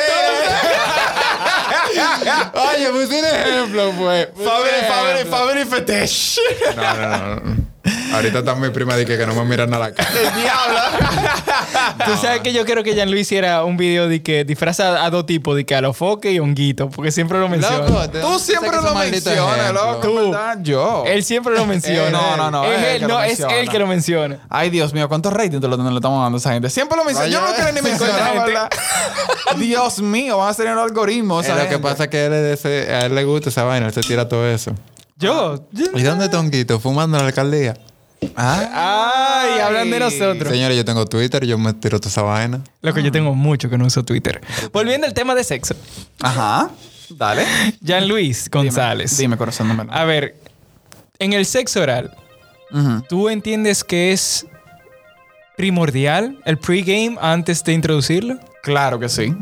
Oye, pues un ejemplo, pues. ¡Family, family, family fetish! No, no, no, no. Ahorita está mi prima de que, que no me miran a la Eh, cara. Tú sabes que yo quiero que Jean-Luis hiciera un video de que disfraza a dos tipos, de que a los foques y honguito, porque siempre lo menciona. Tú siempre lo mencionas, loco. Tú. ¿verdad? Yo. Él siempre lo menciona. Eh, no, no, no, Es es él él, que lo no, es menciona. él que lo menciona. Ay, Dios mío, ¿cuántos ratings te lo, le estamos dando a esa gente? Siempre lo menciono. Yo no quiero ni mencionar, ¿verdad? Dios mío, van a tener un algoritmo. o sea, Eh, lo que gente. pasa es que él es de ese- a él le gusta esa vaina, él se tira todo eso. Yo. ¿Y dónde Tonguito? Fumando en la alcaldía. Ay, hablan de nosotros. Señores, yo tengo Twitter, yo me tiro toda esa vaina. Lo que yo tengo mucho que no uso Twitter. Volviendo al tema de sexo. Ajá. Dale. Jean-Luis González. Dime, corazón, no me A ver, en el sexo oral, Ujú. ¿tú entiendes que es primordial el pregame antes de introducirlo? Claro que sí.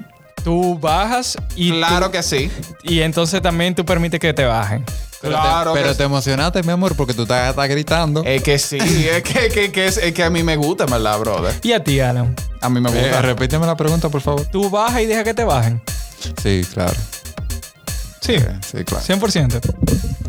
Tú bajas y, tú- Claro que sí. y entonces también tú permites que te bajen. Pero te- Claro que pero sí. te emocionaste, mi amor, porque tú estás, estás gritando. Es que sí. Es que, que, que es, es que a mí me gusta, en ¿verdad, brother? Y a ti, Alan, A mí me Eh, gusta. repíteme la pregunta, por favor. tú bajas y dejas que te bajen. Sí, claro. Sí, Sí, claro. 100%.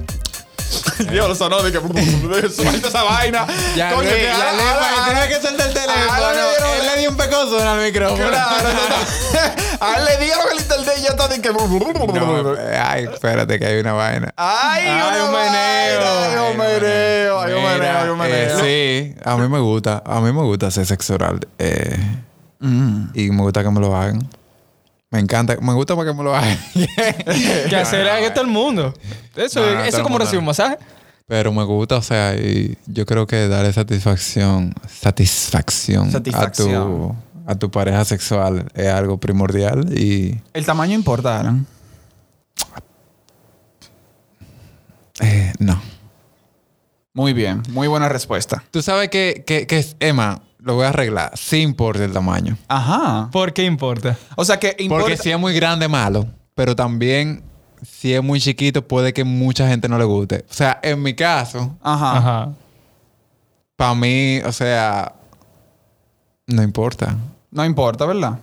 Dios, lo sonó de que suelta esa vaina. Ya, Coño, Luis, que ya, ahora- Luis, ahora- para que ahora- tenga que soltar el ahora le dieron- teléfono. Él le dio un pecoso al micrófono. Claro, a él le dieron el internet y ya está de que. No, eh, ay, espérate que hay una vaina. Ay, Ay, una un vaina, Ay, meneo. un meneo, ay, un meneo, ay, un meneo. eh, sí, a mí me gusta. A mí me gusta hacer sexo oral. eh, Mm. Y me gusta que me lo hagan. Me encanta. Me gusta para que me lo hagan. Que hacer a que todo el mundo. Eso, No, no, Ah, todo eso el es como mundo recibir un no. masaje. Pero me gusta, o sea, y yo creo que darle satisfacción, satisfacción, Satisfacción. A, tu, a tu pareja sexual es algo primordial y El tamaño importa, Alan. eh, no. Muy bien, muy buena respuesta. Tú sabes que, que, que es- Emma, lo voy a arreglar, sí importa el tamaño. Ajá. ¿Por qué importa? O sea que importa. Porque si es muy grande, malo. Pero también, si es muy chiquito, puede que mucha gente no le guste. O sea, en mi Ah. caso, Ajá. Ajá. para mí, o sea, No importa. No importa, ¿verdad?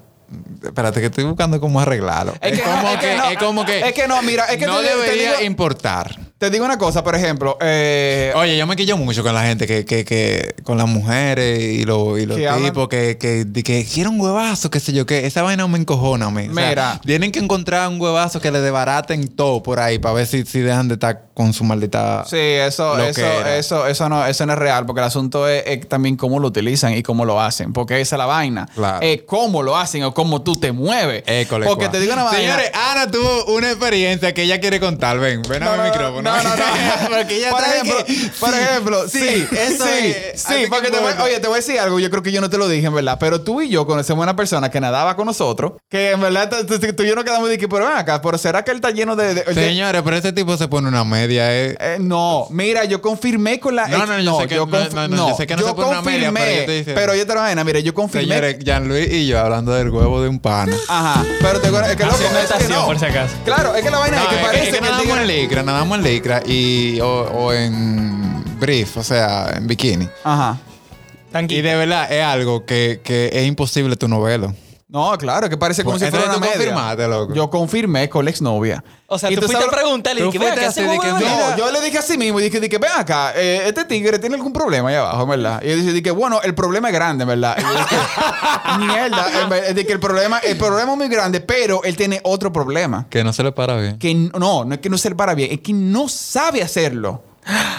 Espérate, que estoy buscando cómo arreglarlo. Es que no, como es que que- no. es como que- Es que no, mira, es que no te, digo- te debería digo, importar. te digo una cosa, por ejemplo, eh, Oye, yo me quillo mucho con la gente que, que, que con las mujeres y los, y los Que hablan- tipos que, que, de que quieren un huevazo, qué sé yo, que esa vaina me encojona a mí. O sea, Mira. tienen que encontrar un huevazo que le debaraten todo por ahí para ver si, si dejan de estar con su maldita. Sí, eso, lo eso, que era. eso, eso no, eso no es real, porque el asunto es, es también cómo lo utilizan y cómo lo hacen, porque esa es la vaina. Claro. Es cómo lo hacen o cómo tú te mueves. École, porque cuá. te digo una vaina. Señores, Ana tuvo una experiencia que ella quiere contar. Ven, ven a No, mi no, micrófono. no, no, no. Porque ella por está de ejemplo, que- por sí, ejemplo, sí, eso sí, es. sí, Así que porque te voy- bueno. oye, te voy a decir algo, yo creo que yo no te lo dije, en verdad, pero tú y yo conocemos una persona que nadaba con nosotros, que en verdad tú, tú- tú y yo no quedamos de que, pero ven acá, pero será que él está lleno de... de- de- Señores, pero ese tipo se pone una media, eh. Eh, no, mira, yo confirmé con la. No, no, yo sé que- no, confi- no, no, yo sé que no se pone una media, confirmé, pero yo te dije- Pero yo te lo vaina, mira, yo confirmé. Señores, Jean-Louis y yo hablando del huevo de un pana. Ajá, pero te es que loco, Haciendo es que estación, no. por si acaso. Claro, es que la vaina es que parece que, el nadamos tigre- en licra, nadamos en licra y, o, o en brief, o sea, en bikini. Ajá. Y Tanqui. de verdad es algo que, que es imposible tu novelo. No, claro, que parece como Bueno, si fuera una Pues, entonces tú media. confirmaste, loco. Yo confirmé con la exnovia. O sea, Y tú fuiste sabes- a preguntarle y tú que ven fuiste acá, así ese de huevo que, de mira, verdad. No, yo le dije así mismo, dije, dije ven acá, eh, este tigre tiene algún problema allá abajo, en ¿verdad? Y él dice, dije, bueno, el problema es grande, en ¿verdad? Y yo dije, mierda, en ver- dije, el problema, el problema es muy grande, pero él tiene otro problema. Que no se le para bien. que no, no, no es que no se le para bien, es que no sabe hacerlo.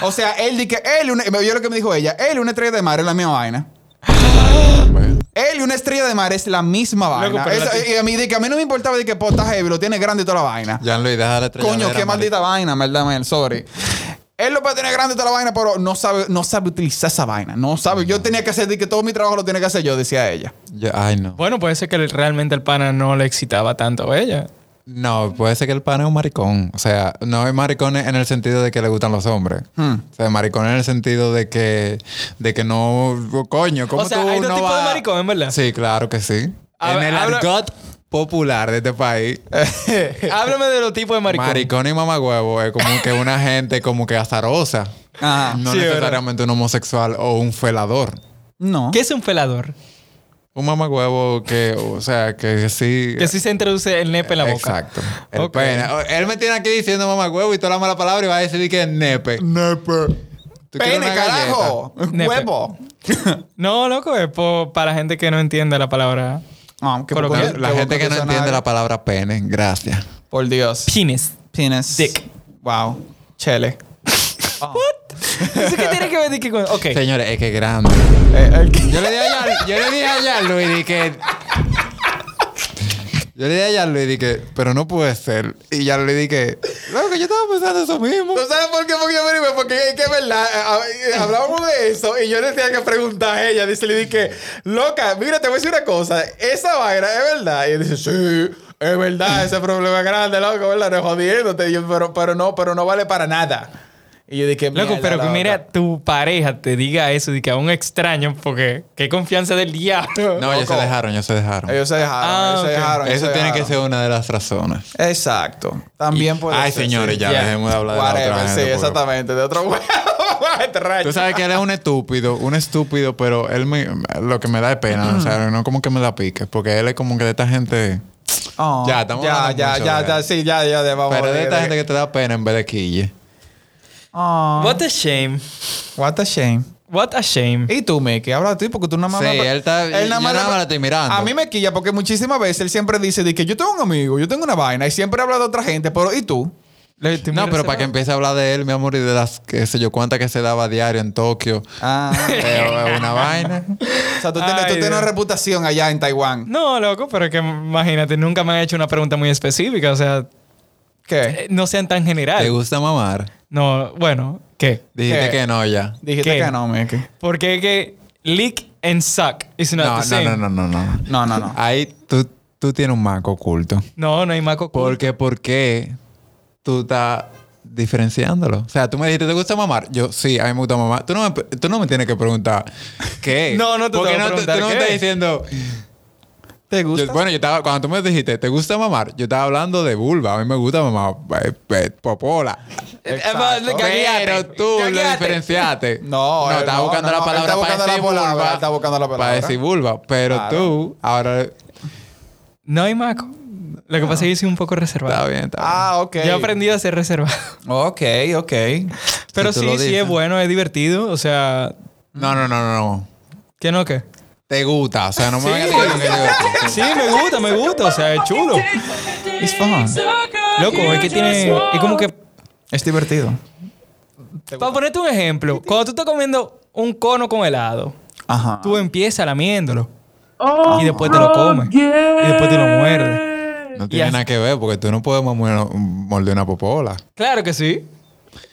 O sea, él dice que él, una, yo lo que me dijo ella, él una estrella de mar es la misma vaina. Él y una estrella de mar es la misma Loco, vaina. pero Eso- la ti- y a mí, de que a mí no me importaba de que pota heavy, lo tiene grande y toda la vaina. Jean-Louis, deja la estrella. Coño, qué maldita vaina, verdad, man, sorry. Él lo puede tener grande y toda la vaina, pero no sabe, no sabe utilizar esa vaina. No sabe. Yo tenía que hacer, de que todo mi trabajo lo tenía que hacer yo, decía ella. Yo- ay, no. Bueno, puede ser que el- realmente el pana no le excitaba tanto a ella. No, puede ser que el pana es un maricón. O sea, no es maricón en el sentido de que le gustan los hombres. Hmm. O sea, maricón en el sentido de que, de que no. Coño, ¿cómo O sea, tú hay dos no tipos de vas- maricón, en verdad. Sí, claro que sí. A en ver, el habla- argot popular de este país, Háblame de los tipos de maricón. maricón y mamagüevo es como que una gente como que azarosa. Ajá. No Sí, ¿verdad? necesariamente un homosexual o un felador. No. ¿Qué es un felador? Un mamagüevo que, o sea, que sí. Que si se introduce el nepe en la boca. Exacto. El Ok. pene. O- Él me tiene aquí diciendo mamagüevo y toda la mala palabra y va a decir que es nepe. Nepe. Pene, carajo. Nepe. Huevo. No, loco, es po- para gente que no entiende la palabra Ah, qué Colocar- poco- La qué gente poco que no entiende personal. la palabra pene, gracias. Por Dios. penis. Penis. Dick. Wow. Chele. ¿Eso qué tiene que ver? de que con- Ok. Señores, es que es grande. Yo le dije a yo le dije a Jean-Louis di que. Yo le dije a Jean-Louis di que, pero no puede ser. Y Jean-Louis di que, loco, yo estaba pensando eso mismo. ¿Tú sabes por qué? Porque yo me animé, porque es que es verdad, eh, a- eh, hablábamos de eso y yo le tenía que preguntar a ella. Dice, le dije, loca, mira, te voy a decir una cosa, esa vaina es verdad. Y ella dice, sí, es verdad, ese problema es grande, loco, ¿verdad? No es jodiéndote. Y yo, pero, pero no, pero no vale para nada. Y yo dije, Loco, mierda, pero que loca. mira tu pareja te diga eso de que a un extraño, porque qué confianza del diablo. No, ellos se Loco. dejaron, ellos se dejaron. Ellos se dejaron, Ah, ellos se ok. dejaron. ellos Eso se tiene que dejaron. ser una de las razones. Exacto. También puede Ay, ser, señores, sí. ya Ya. dejemos de hablar de la Whatever, otra sí, gente, porque- exactamente. De otro huevo. Este rayo. Tú sabes que él es un estúpido, un estúpido, pero él me, lo que me da es pena, o sea, no como que me la pique, porque él es como que de esta gente, Oh, Ya, estamos Ya, hablando ya, mucho, ya, ya. ya, sí, ya, ya, de- vamos. eh. pero es de de- esta de- gente que te da pena en vez de quille. Oh, What a shame. what a shame. What a shame. Y tú, Mickey, habla tú porque tú nada más... Sí, él está- yo nada más la estoy mirando. A mí me quilla porque muchísimas veces él siempre dice de que yo tengo un amigo, yo tengo una vaina y siempre habla de otra gente, pero ¿y tú? No, pero para que empiece a hablar de él, mi amor, y de las, qué sé yo, cuántas que se daba diario en Tokio, Ah, pero es una vaina. o sea, tú tienes, Ay, tú tienes Dios. una reputación allá en Taiwán. No, loco, pero que imagínate, nunca me han hecho una pregunta muy específica, o sea, ¿Qué? eh, no sean tan ¿Te general. gusta mamar? No, bueno, ¿qué? Dijiste ¿Qué? que no ya. Dijiste ¿Qué? que no, Mickey. Porque que lick and suck is not No, the same. no, no, no, no, no. No, no, no. Ahí tú, tú tienes un maco oculto. No, no hay maco. Porque, ¿por qué tú estás diferenciándolo? O sea, tú me dijiste, ¿te gusta mamar? Yo, sí, a mí me gusta mamar. Tú no me, tú no me tienes que preguntar qué. No, no te Porque tengo que no, tú- preguntar tú no me qué. estás diciendo. ¿Te yo- gusta? bueno, yo estaba, cuando tú me dijiste, ¿te gusta mamar? Yo estaba hablando de vulva. A mí me gusta mamar eh, eh, popola. Exacto. Pero tú lo diferenciaste. No, no, eh, estaba no, buscando no, la no, palabra él estaba para buscando decir la palabra, vulva. él estaba buscando la Para palabra. decir vulva. Pero Claro. tú, ahora. No hay maco. Lo que pasa es que yo soy un poco Está reservado. bien, está bien. Ah, ok. Yo he aprendido a ser reservado. Ok, ok. Pero tú sí, lo sí dices. es bueno, es divertido. O sea, No, no, no, no. no. ¿qué no qué? Te gusta. O sea, no me vengas a decir que te gusta. Sí, me gusta, me gusta. O sea, es chulo. It's fun. Loco, es que tiene. Es como que. Es divertido. Para ponerte un ejemplo, cuando tú estás comiendo un cono con helado, Ajá. tú empiezas lamiéndolo. Y después te lo comes. Y después te lo muerdes. No tiene así- nada que ver porque tú no puedes morder morder una popola. Claro que sí.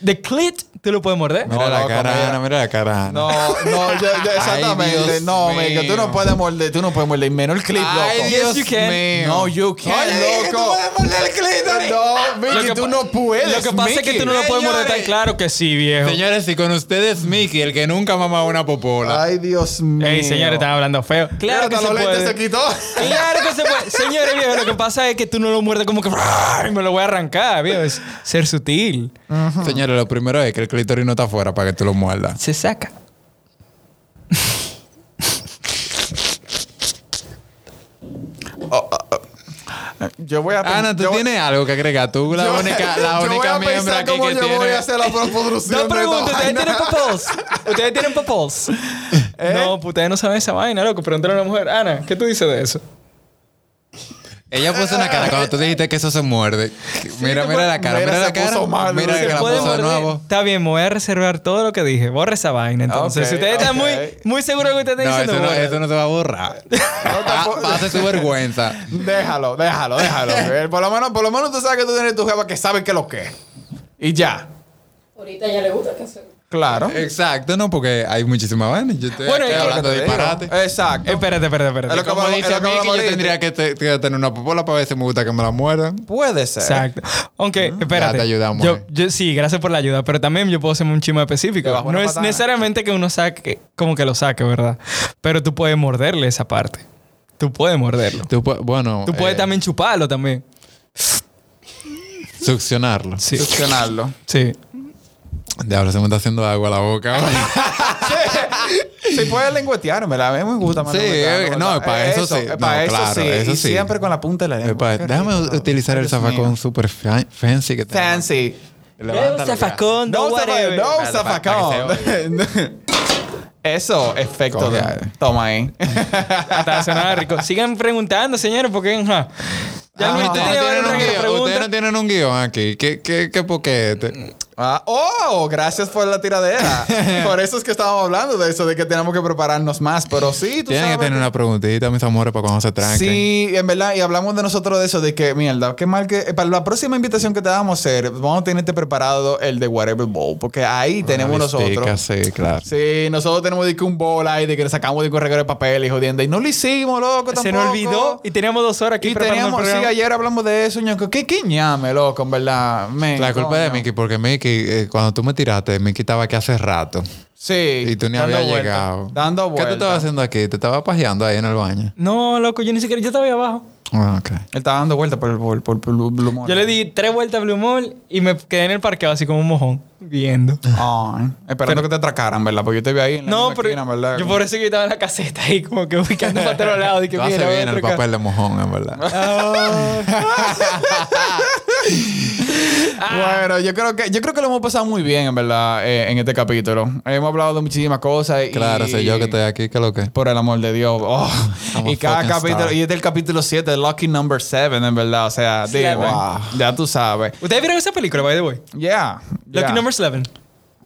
The clit, tú lo puedes morder. Mira la loco, cara, mira. Ana, mira la cara. Ana. No, no, yo, yo- exactamente. Dios no, me que tú no mío. puedes morder, tú no puedes morder menos el clip, loco. Ay, Dios you can. mío. No, you can't, loco. No, Mickey, que tú pa- no puedes. Lo que pasa es que Mickey. tú no lo puedes morder tan Señores. claro que sí, viejo. Señores, y con ustedes Mickey, el que nunca ha mamado una popola. Ay, Dios mío. Ey, señores, están hablando feo. Claro que Hasta se los lentes se puede. quitó. Claro que se puede. Señores, viejo, lo que pasa es que tú no lo muerdes como que "Ay, me lo voy a arrancar, viejo. Es ser sutil. Señores, lo primero es que el clítoris no está afuera para que tú lo muerdas. Se saca. Yo voy a Ana, tú Ah, pues, yo- tienes algo que agregar. Tú la yo- única, la yo voy única a miembro pensar aquí cómo que yo voy a tiene. hacer la postproducción No de pregunto, esta ¿ustedes vaina. tienen popols? ¿Ustedes tienen popols? No, pues ustedes no saben esa vaina, loco. Pregúntale a una mujer. Ana, ¿qué tú dices de eso? Ella puso una cara cuando tú dijiste que eso se muerde. Mira, Sí, mira la cara, mira, mira se la cara. puso mal, Mira se que la Pueden puso de morder. nuevo. Está bien, me voy a reservar todo lo que dije. Borra esa vaina. Entonces, Ok, si ustedes están ok. muy, muy seguros de lo que ustedes No, están diciendo, eso no, borra. eso no se va a borrar. tampoco. Va a hacer su vergüenza. Déjalo, déjalo, déjalo. Eh, por, lo menos, por lo menos tú sabes que tú tienes tu jefa que sabe que lo que es. Y ya. Ahorita ya le gusta que se... Claro. Exacto, no, porque hay muchísimas vainas. Yo Eh, estoy Bueno, aquí es que- hablando de disparate. Exacto. Eh, Espérate, espérate, Es lo espérate. que Como vamos- es dice lo que Mickey, vamos a yo decir. tendría que, te- que tener una popola para ver si me gusta que me la muerdan. Puede ser. Exacto. Aunque, espérate. Ah. te ayudamos, Yo, eh. yo- sí, gracias por la ayuda, pero también yo puedo hacerme un chisme específico. Te bajo una No es patada. necesariamente que uno saque, como que lo saque, ¿verdad? Pero tú puedes morderle esa parte. Tú puedes morderlo. Tú, pu- bueno, Tú puedes eh, también chuparlo también. Succionarlo. Sí. Succionarlo. Sí. Diablo, se me está haciendo agua la boca. Si puedes lengüetearme, la me gusta más. Sí, lengüetearme, eh, ¿verdad? no, es para Eh, eso sí. es para No, eso claro, sí. eso y sí. siempre con la punta de la lengua. Epa, Qué déjame rico. utilizar el Dios zafacón mío. super fa- fancy que tengo. Fancy. Levántalo ya. No, zafa- no Espérate, pa- pa' que zafacón. Eso, efecto. de- Coge. Toma ahí. Hasta sonaba rico. Sigan preguntando, señores, porque ajá. Ya Ah, Luis, ustedes usted no tiene tienen varias un guión, preguntas. ustedes no tienen un guión aquí. ¿Qué, qué, qué poquete? Ah, oh, gracias por la tiradera. por eso es que estábamos hablando de eso, de que tenemos que prepararnos más. Pero sí, tú Tienen que sabes tener que- una preguntita, mis amores, para cuando se tranquen. Sí, en verdad, y hablamos de nosotros de eso, de que, mierda, qué mal que... eh, Para la próxima invitación que te vamos a hacer, vamos a tenerte preparado el de Whatever Bowl, porque ahí tenemos Listica, nosotros... Sí, claro. Sí, nosotros tenemos de que un bowl ahí, de que le sacamos de un reguero de papel y jodiendo, y no lo hicimos, loco, tampoco. Se nos olvidó y teníamos dos horas aquí Y preparando el teníamos, sí, programa. ayer hablamos de eso, ñoco. ¿Qué, qué ñame, loco, en verdad? men, La culpa es de coño. Mickey, porque Mickey, eh, cuando tú me tiraste, Mickey estaba aquí hace rato. Sí. Y tú ni dando habías vuelta, llegado. dando ¿Qué vuelta. tú estabas haciendo aquí? ¿Te estabas pajeando ahí en el baño? No, loco, yo ni siquiera, yo estaba ahí abajo. Ah, ok. Él estaba dando vueltas por el bowl, por, por el Blue Moon. Yo le di tres vueltas a Blue Mall y me quedé en el parqueo así como un mojón, viendo. Ah, Ay, esperando que te atracaran, ¿verdad? Porque yo te vi ahí en la No, misma pero esquina, ¿verdad? yo por eso que estaba en la caseta ahí como que ubicando para otro lado. Y que, Tú haces mira, voy a bien el trocar. papel de mojón, en verdad. Bueno, yo creo que yo creo que lo hemos pasado muy bien, en verdad, eh, en este capítulo. Hemos hablado de muchísimas cosas. y- Claro, sé yo que estoy aquí, que lo que. Por el amor de Dios. Oh, I'm a Y cada fucking capítulo, star. y este es el capítulo 7, Lucky Number 7, en verdad. O sea, dime, Wow. ya tú sabes. ¿Ustedes vieron esa película, by the way? Yeah. Lucky yeah. Number 11.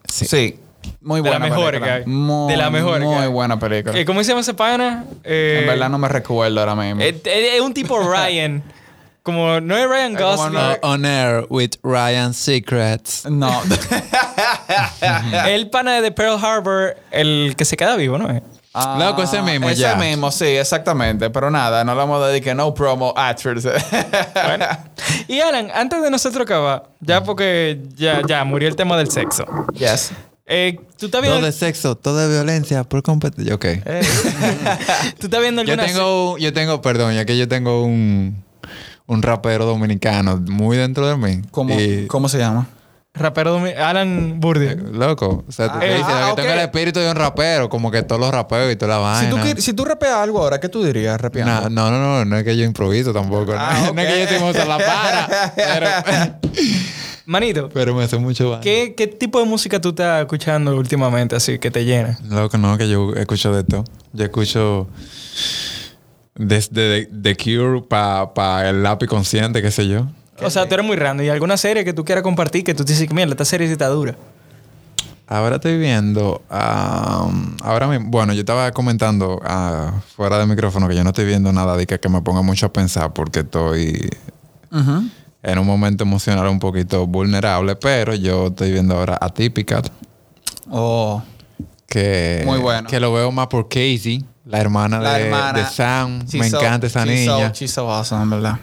Sí. Muy De buena la mejor que película. hay. Muy, De la mejor que Muy hay. buena película. Eh, ¿Cómo se llama ese pana? Eh, en verdad no me recuerdo ahora mismo. Es es un tipo Ryan. Como no es Ryan Eh, como Gosling. no- On air with Ryan Secrets. no. El pana de Pearl Harbor, el que se queda vivo, ¿no? Eh, es? Ah, Loco, ese mismo, Ese ya. mismo, sí, exactamente. Pero nada, no hablamos de que no promo actors. Bueno. Y Alan, antes de nosotros acabar, ya porque ya, ya murió el tema del sexo. yes. Eh, ¿Tú estás Todo viendo, de sexo, todo de violencia, por competencia. Ok. ¿tú estás viendo Yo alguna se- tengo, un- yo tengo, perdón, ya que yo tengo un, un rapero dominicano muy dentro de mí. ¿Cómo, Y ¿Cómo se llama? rapero domi- Alan Burdick. Loco, o sea, te estoy Ah, diciendo ah, que ok. tenga el espíritu de un rapero, como que todos los rapeos y toda la Si tú, vaina. quer- si tú rapeas algo ahora, ¿qué tú dirías Na- rapeando? no, no, no, no es que yo improviso tampoco. no- Ah, no, es que yo ok. estoy usando la para. Pero, Manito, pero me hace mucho daño. ¿qué, ¿qué tipo de música tú estás escuchando últimamente así que te llena? Loco, no, que yo escucho de todo. Yo escucho desde The, The Cure para el lápiz consciente, qué sé yo. O sea, tú eres muy random. ¿Y alguna serie que tú quieras compartir que tú te dices, mira, esta serie sí está dura? Ahora estoy viendo. am, ahora mismo, bueno, yo estaba comentando ah, fuera del micrófono que yo no estoy viendo nada de que, que me ponga mucho a pensar porque estoy en un momento emocional un poquito vulnerable, pero yo estoy viendo ahora Atípica, Oh. que, Muy bueno. que lo veo más por Casey, la hermana, La de, hermana. de Sam. She's me so- encanta esa she's so- niña. she's so awesome, en verdad.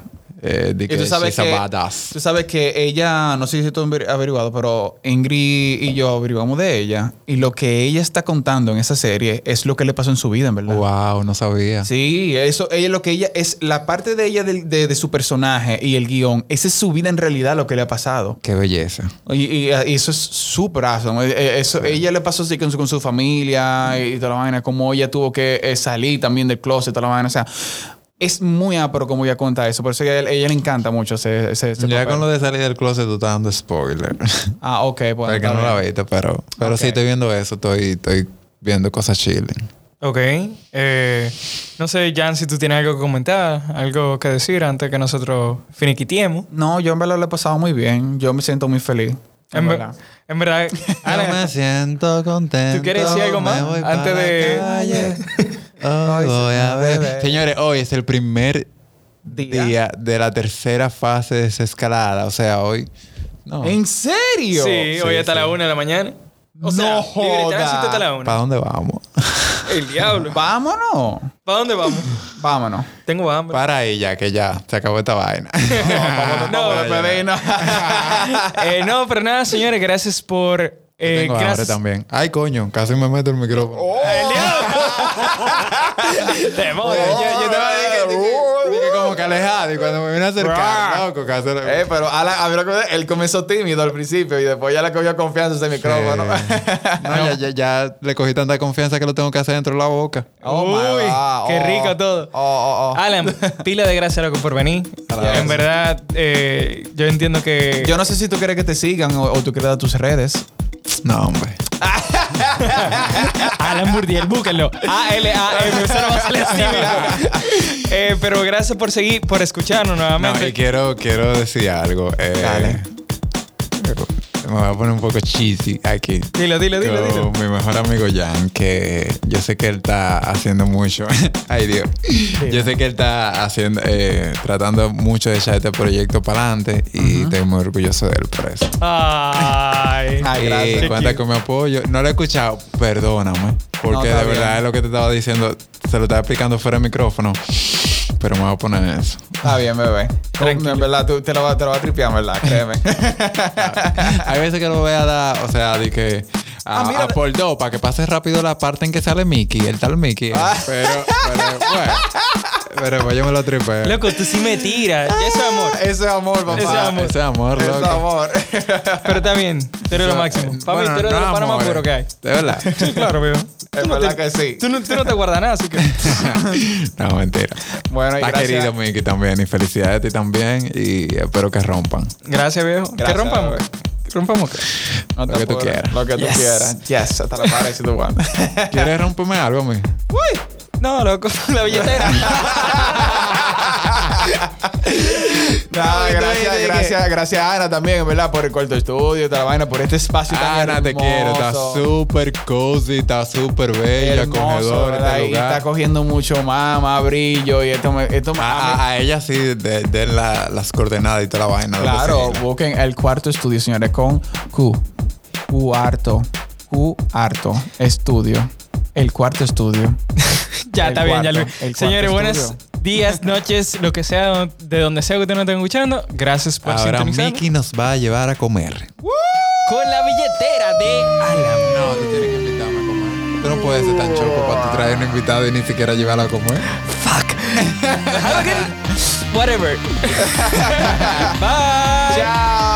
Eh, de Y tú que sabes she's a que, badass. tú sabes que ella, no sé si tú has averi- averiguado, pero Ingrid y yo averiguamos de ella. Y lo que ella está contando en esa serie es lo que le pasó en su vida, en verdad. Wow, no sabía. Sí, eso, ella lo que ella es, la parte de ella del- de, de su personaje y el guión, esa es su vida en realidad lo que le ha pasado. Qué belleza. Y, y- y eso es súper awesome. Eh, eh, Eso, Ella le pasó así con su, con su familia y toda la vaina, como ella tuvo que eh, salir también del closet, toda la vaina. O sea, es muy ápero como ella cuenta eso. Por eso ella, ella le encanta mucho ese, ese, ese Ya papel. con lo de salir del closet tú estás dando spoiler. Ah, ok, bueno. Porque está no la bien. viste, pero, pero Ok. sí estoy viendo eso, estoy, estoy viendo cosas chilling. Ok. Eh, no sé, Jan, si tú tienes algo que comentar, algo que decir antes que nosotros finiquitiemos. No, yo en verdad lo he pasado muy bien. Yo me siento muy feliz. En En, ver- verdad. en verdad, Alan, me siento contento. ¿Tú Ah, quieres decir algo más me voy antes pa' de- la calle, hoy voy a beber. Señores, hoy es el primer Día. día, de la tercera fase de esa escalada. O sea, hoy. No. ¿En serio? sí, hoy Sí, hasta sí. la una de la mañana. No O sea, libre joda. tránsito hasta la ¿Para una. dónde vamos? El diablo. Vámonos. ¿Para dónde vamos? Vámonos. Tengo hambre. Para ahí ya, que ya se acabó esta vaina. No, Vámonos, pero- bebé, no. Eh, no, pero nada, señores, gracias por. eh, Tengo hambre gracias. también. Ay, coño, casi me meto el micrófono. Oh. Demonios. Yo, yo te a decir que, Oh. dije- dije como que alejado y cuando me vine a acercar, Bruh. loco, casi lo- Eh, pero Alan, a mí lo que me- él comenzó tímido al principio y después ya le cogió confianza ese micrófono. No, ya, ya, ya le cogí tanta confianza que lo tengo que hacer dentro de la boca. Oh my Uy, God. qué Oh. rico todo. Oh, oh, oh. Alan, pila de gracias, loco, por venir. Gracias. En verdad, eh, yo entiendo que. Yo no sé si tú quieres que te sigan o, o tú quieres dar tus redes. No, hombre. Alan Burdiel, búsquenlo. A-L-A-M, eso no va a salir así, mira. Eh, Pero gracias por seguir, por escucharnos No, nuevamente. y quiero, quiero decir algo. eh, Dale. Me voy a poner un poco cheesy aquí. Dilo, dilo, dilo, Con dilo. Mi mejor amigo Jan, que yo sé que él está haciendo mucho. Ay, Dios. Yo sé que él está haciendo, eh, tratando mucho de echar este proyecto para adelante y estoy muy orgulloso de él por eso. Ay. Ay, Eh, gracias. Qué cuenta cute. con mi apoyo. No lo he escuchado, perdóname. No, Porque está de verdad bien. es lo que te estaba diciendo. Se lo estaba explicando fuera del micrófono. Pero me voy a poner eso. Está bien, bebé. Tranquilo. En verdad, tú te lo vas te lo vas a tripear, en verdad, créeme. Hay veces que lo voy a dar, o sea, de que. A, Ah, mira. a por dos, para que pase rápido la parte en que sale Mickey, el tal Mickey. Pero, pero, bueno. Pero pues yo me lo tripeo. Loco, tú sí me tiras. Ya eso es amor. Eso es amor, papá. Eso es Ah, amor. Ese amor, Eso loco. es amor. Pero está bien, tú eres lo máximo. Papi, Bueno, tú eres de no, los panas más amores. puros que hay. De verdad. Sí, claro, veo. Tú Es no verdad que te- sí. Tú no, tú no te guardas nada, así que. no, mentira. Bueno, y Está gracias. querido Mickey también. Y felicidades a ti también. Y espero que rompan. Gracias, viejo. que Gracias, rompamos. bebé. Que rompamos. que- No te Lo que tú apures, quieras. Lo que tú Yes. quieras. Yes, hasta la pared si tú ganas. ¿Quieres romperme algo a mí? Uy. No, loco, la billetera. Nada, Ay, gracias, estoy de gracias, gracias a Ana también, en verdad, por el cuarto estudio, toda la vaina, por este espacio tan Ana, Ah, te hermoso. quiero. Está súper cozy, está súper bella, hermoso, acogedor ¿verdad? este Y está lugar. cogiendo mucho más, más brillo y esto me... Esto me- A, a- a ella sí, de, de la- las coordenadas y toda la vaina. lo que Claro, sea. busquen el cuarto estudio, señores, con Q. Cuarto. Cuarto. Estudio. El cuarto estudio. ya, El está bien, cuarto, ya lo el cuarto Señores, buenos estudio. días, noches, lo que sea, de donde sea que ustedes nos estén escuchando. Gracias por Ahora sintonizar. Mickey nos va a llevar a comer. Con la billetera de Alan. No, tú tienes que invitarme a comer. Tú no puedes ser tan choco para tú traer un invitado y ni siquiera llevarlo a comer. Fuck. Whatever. Bye. ¡Chao!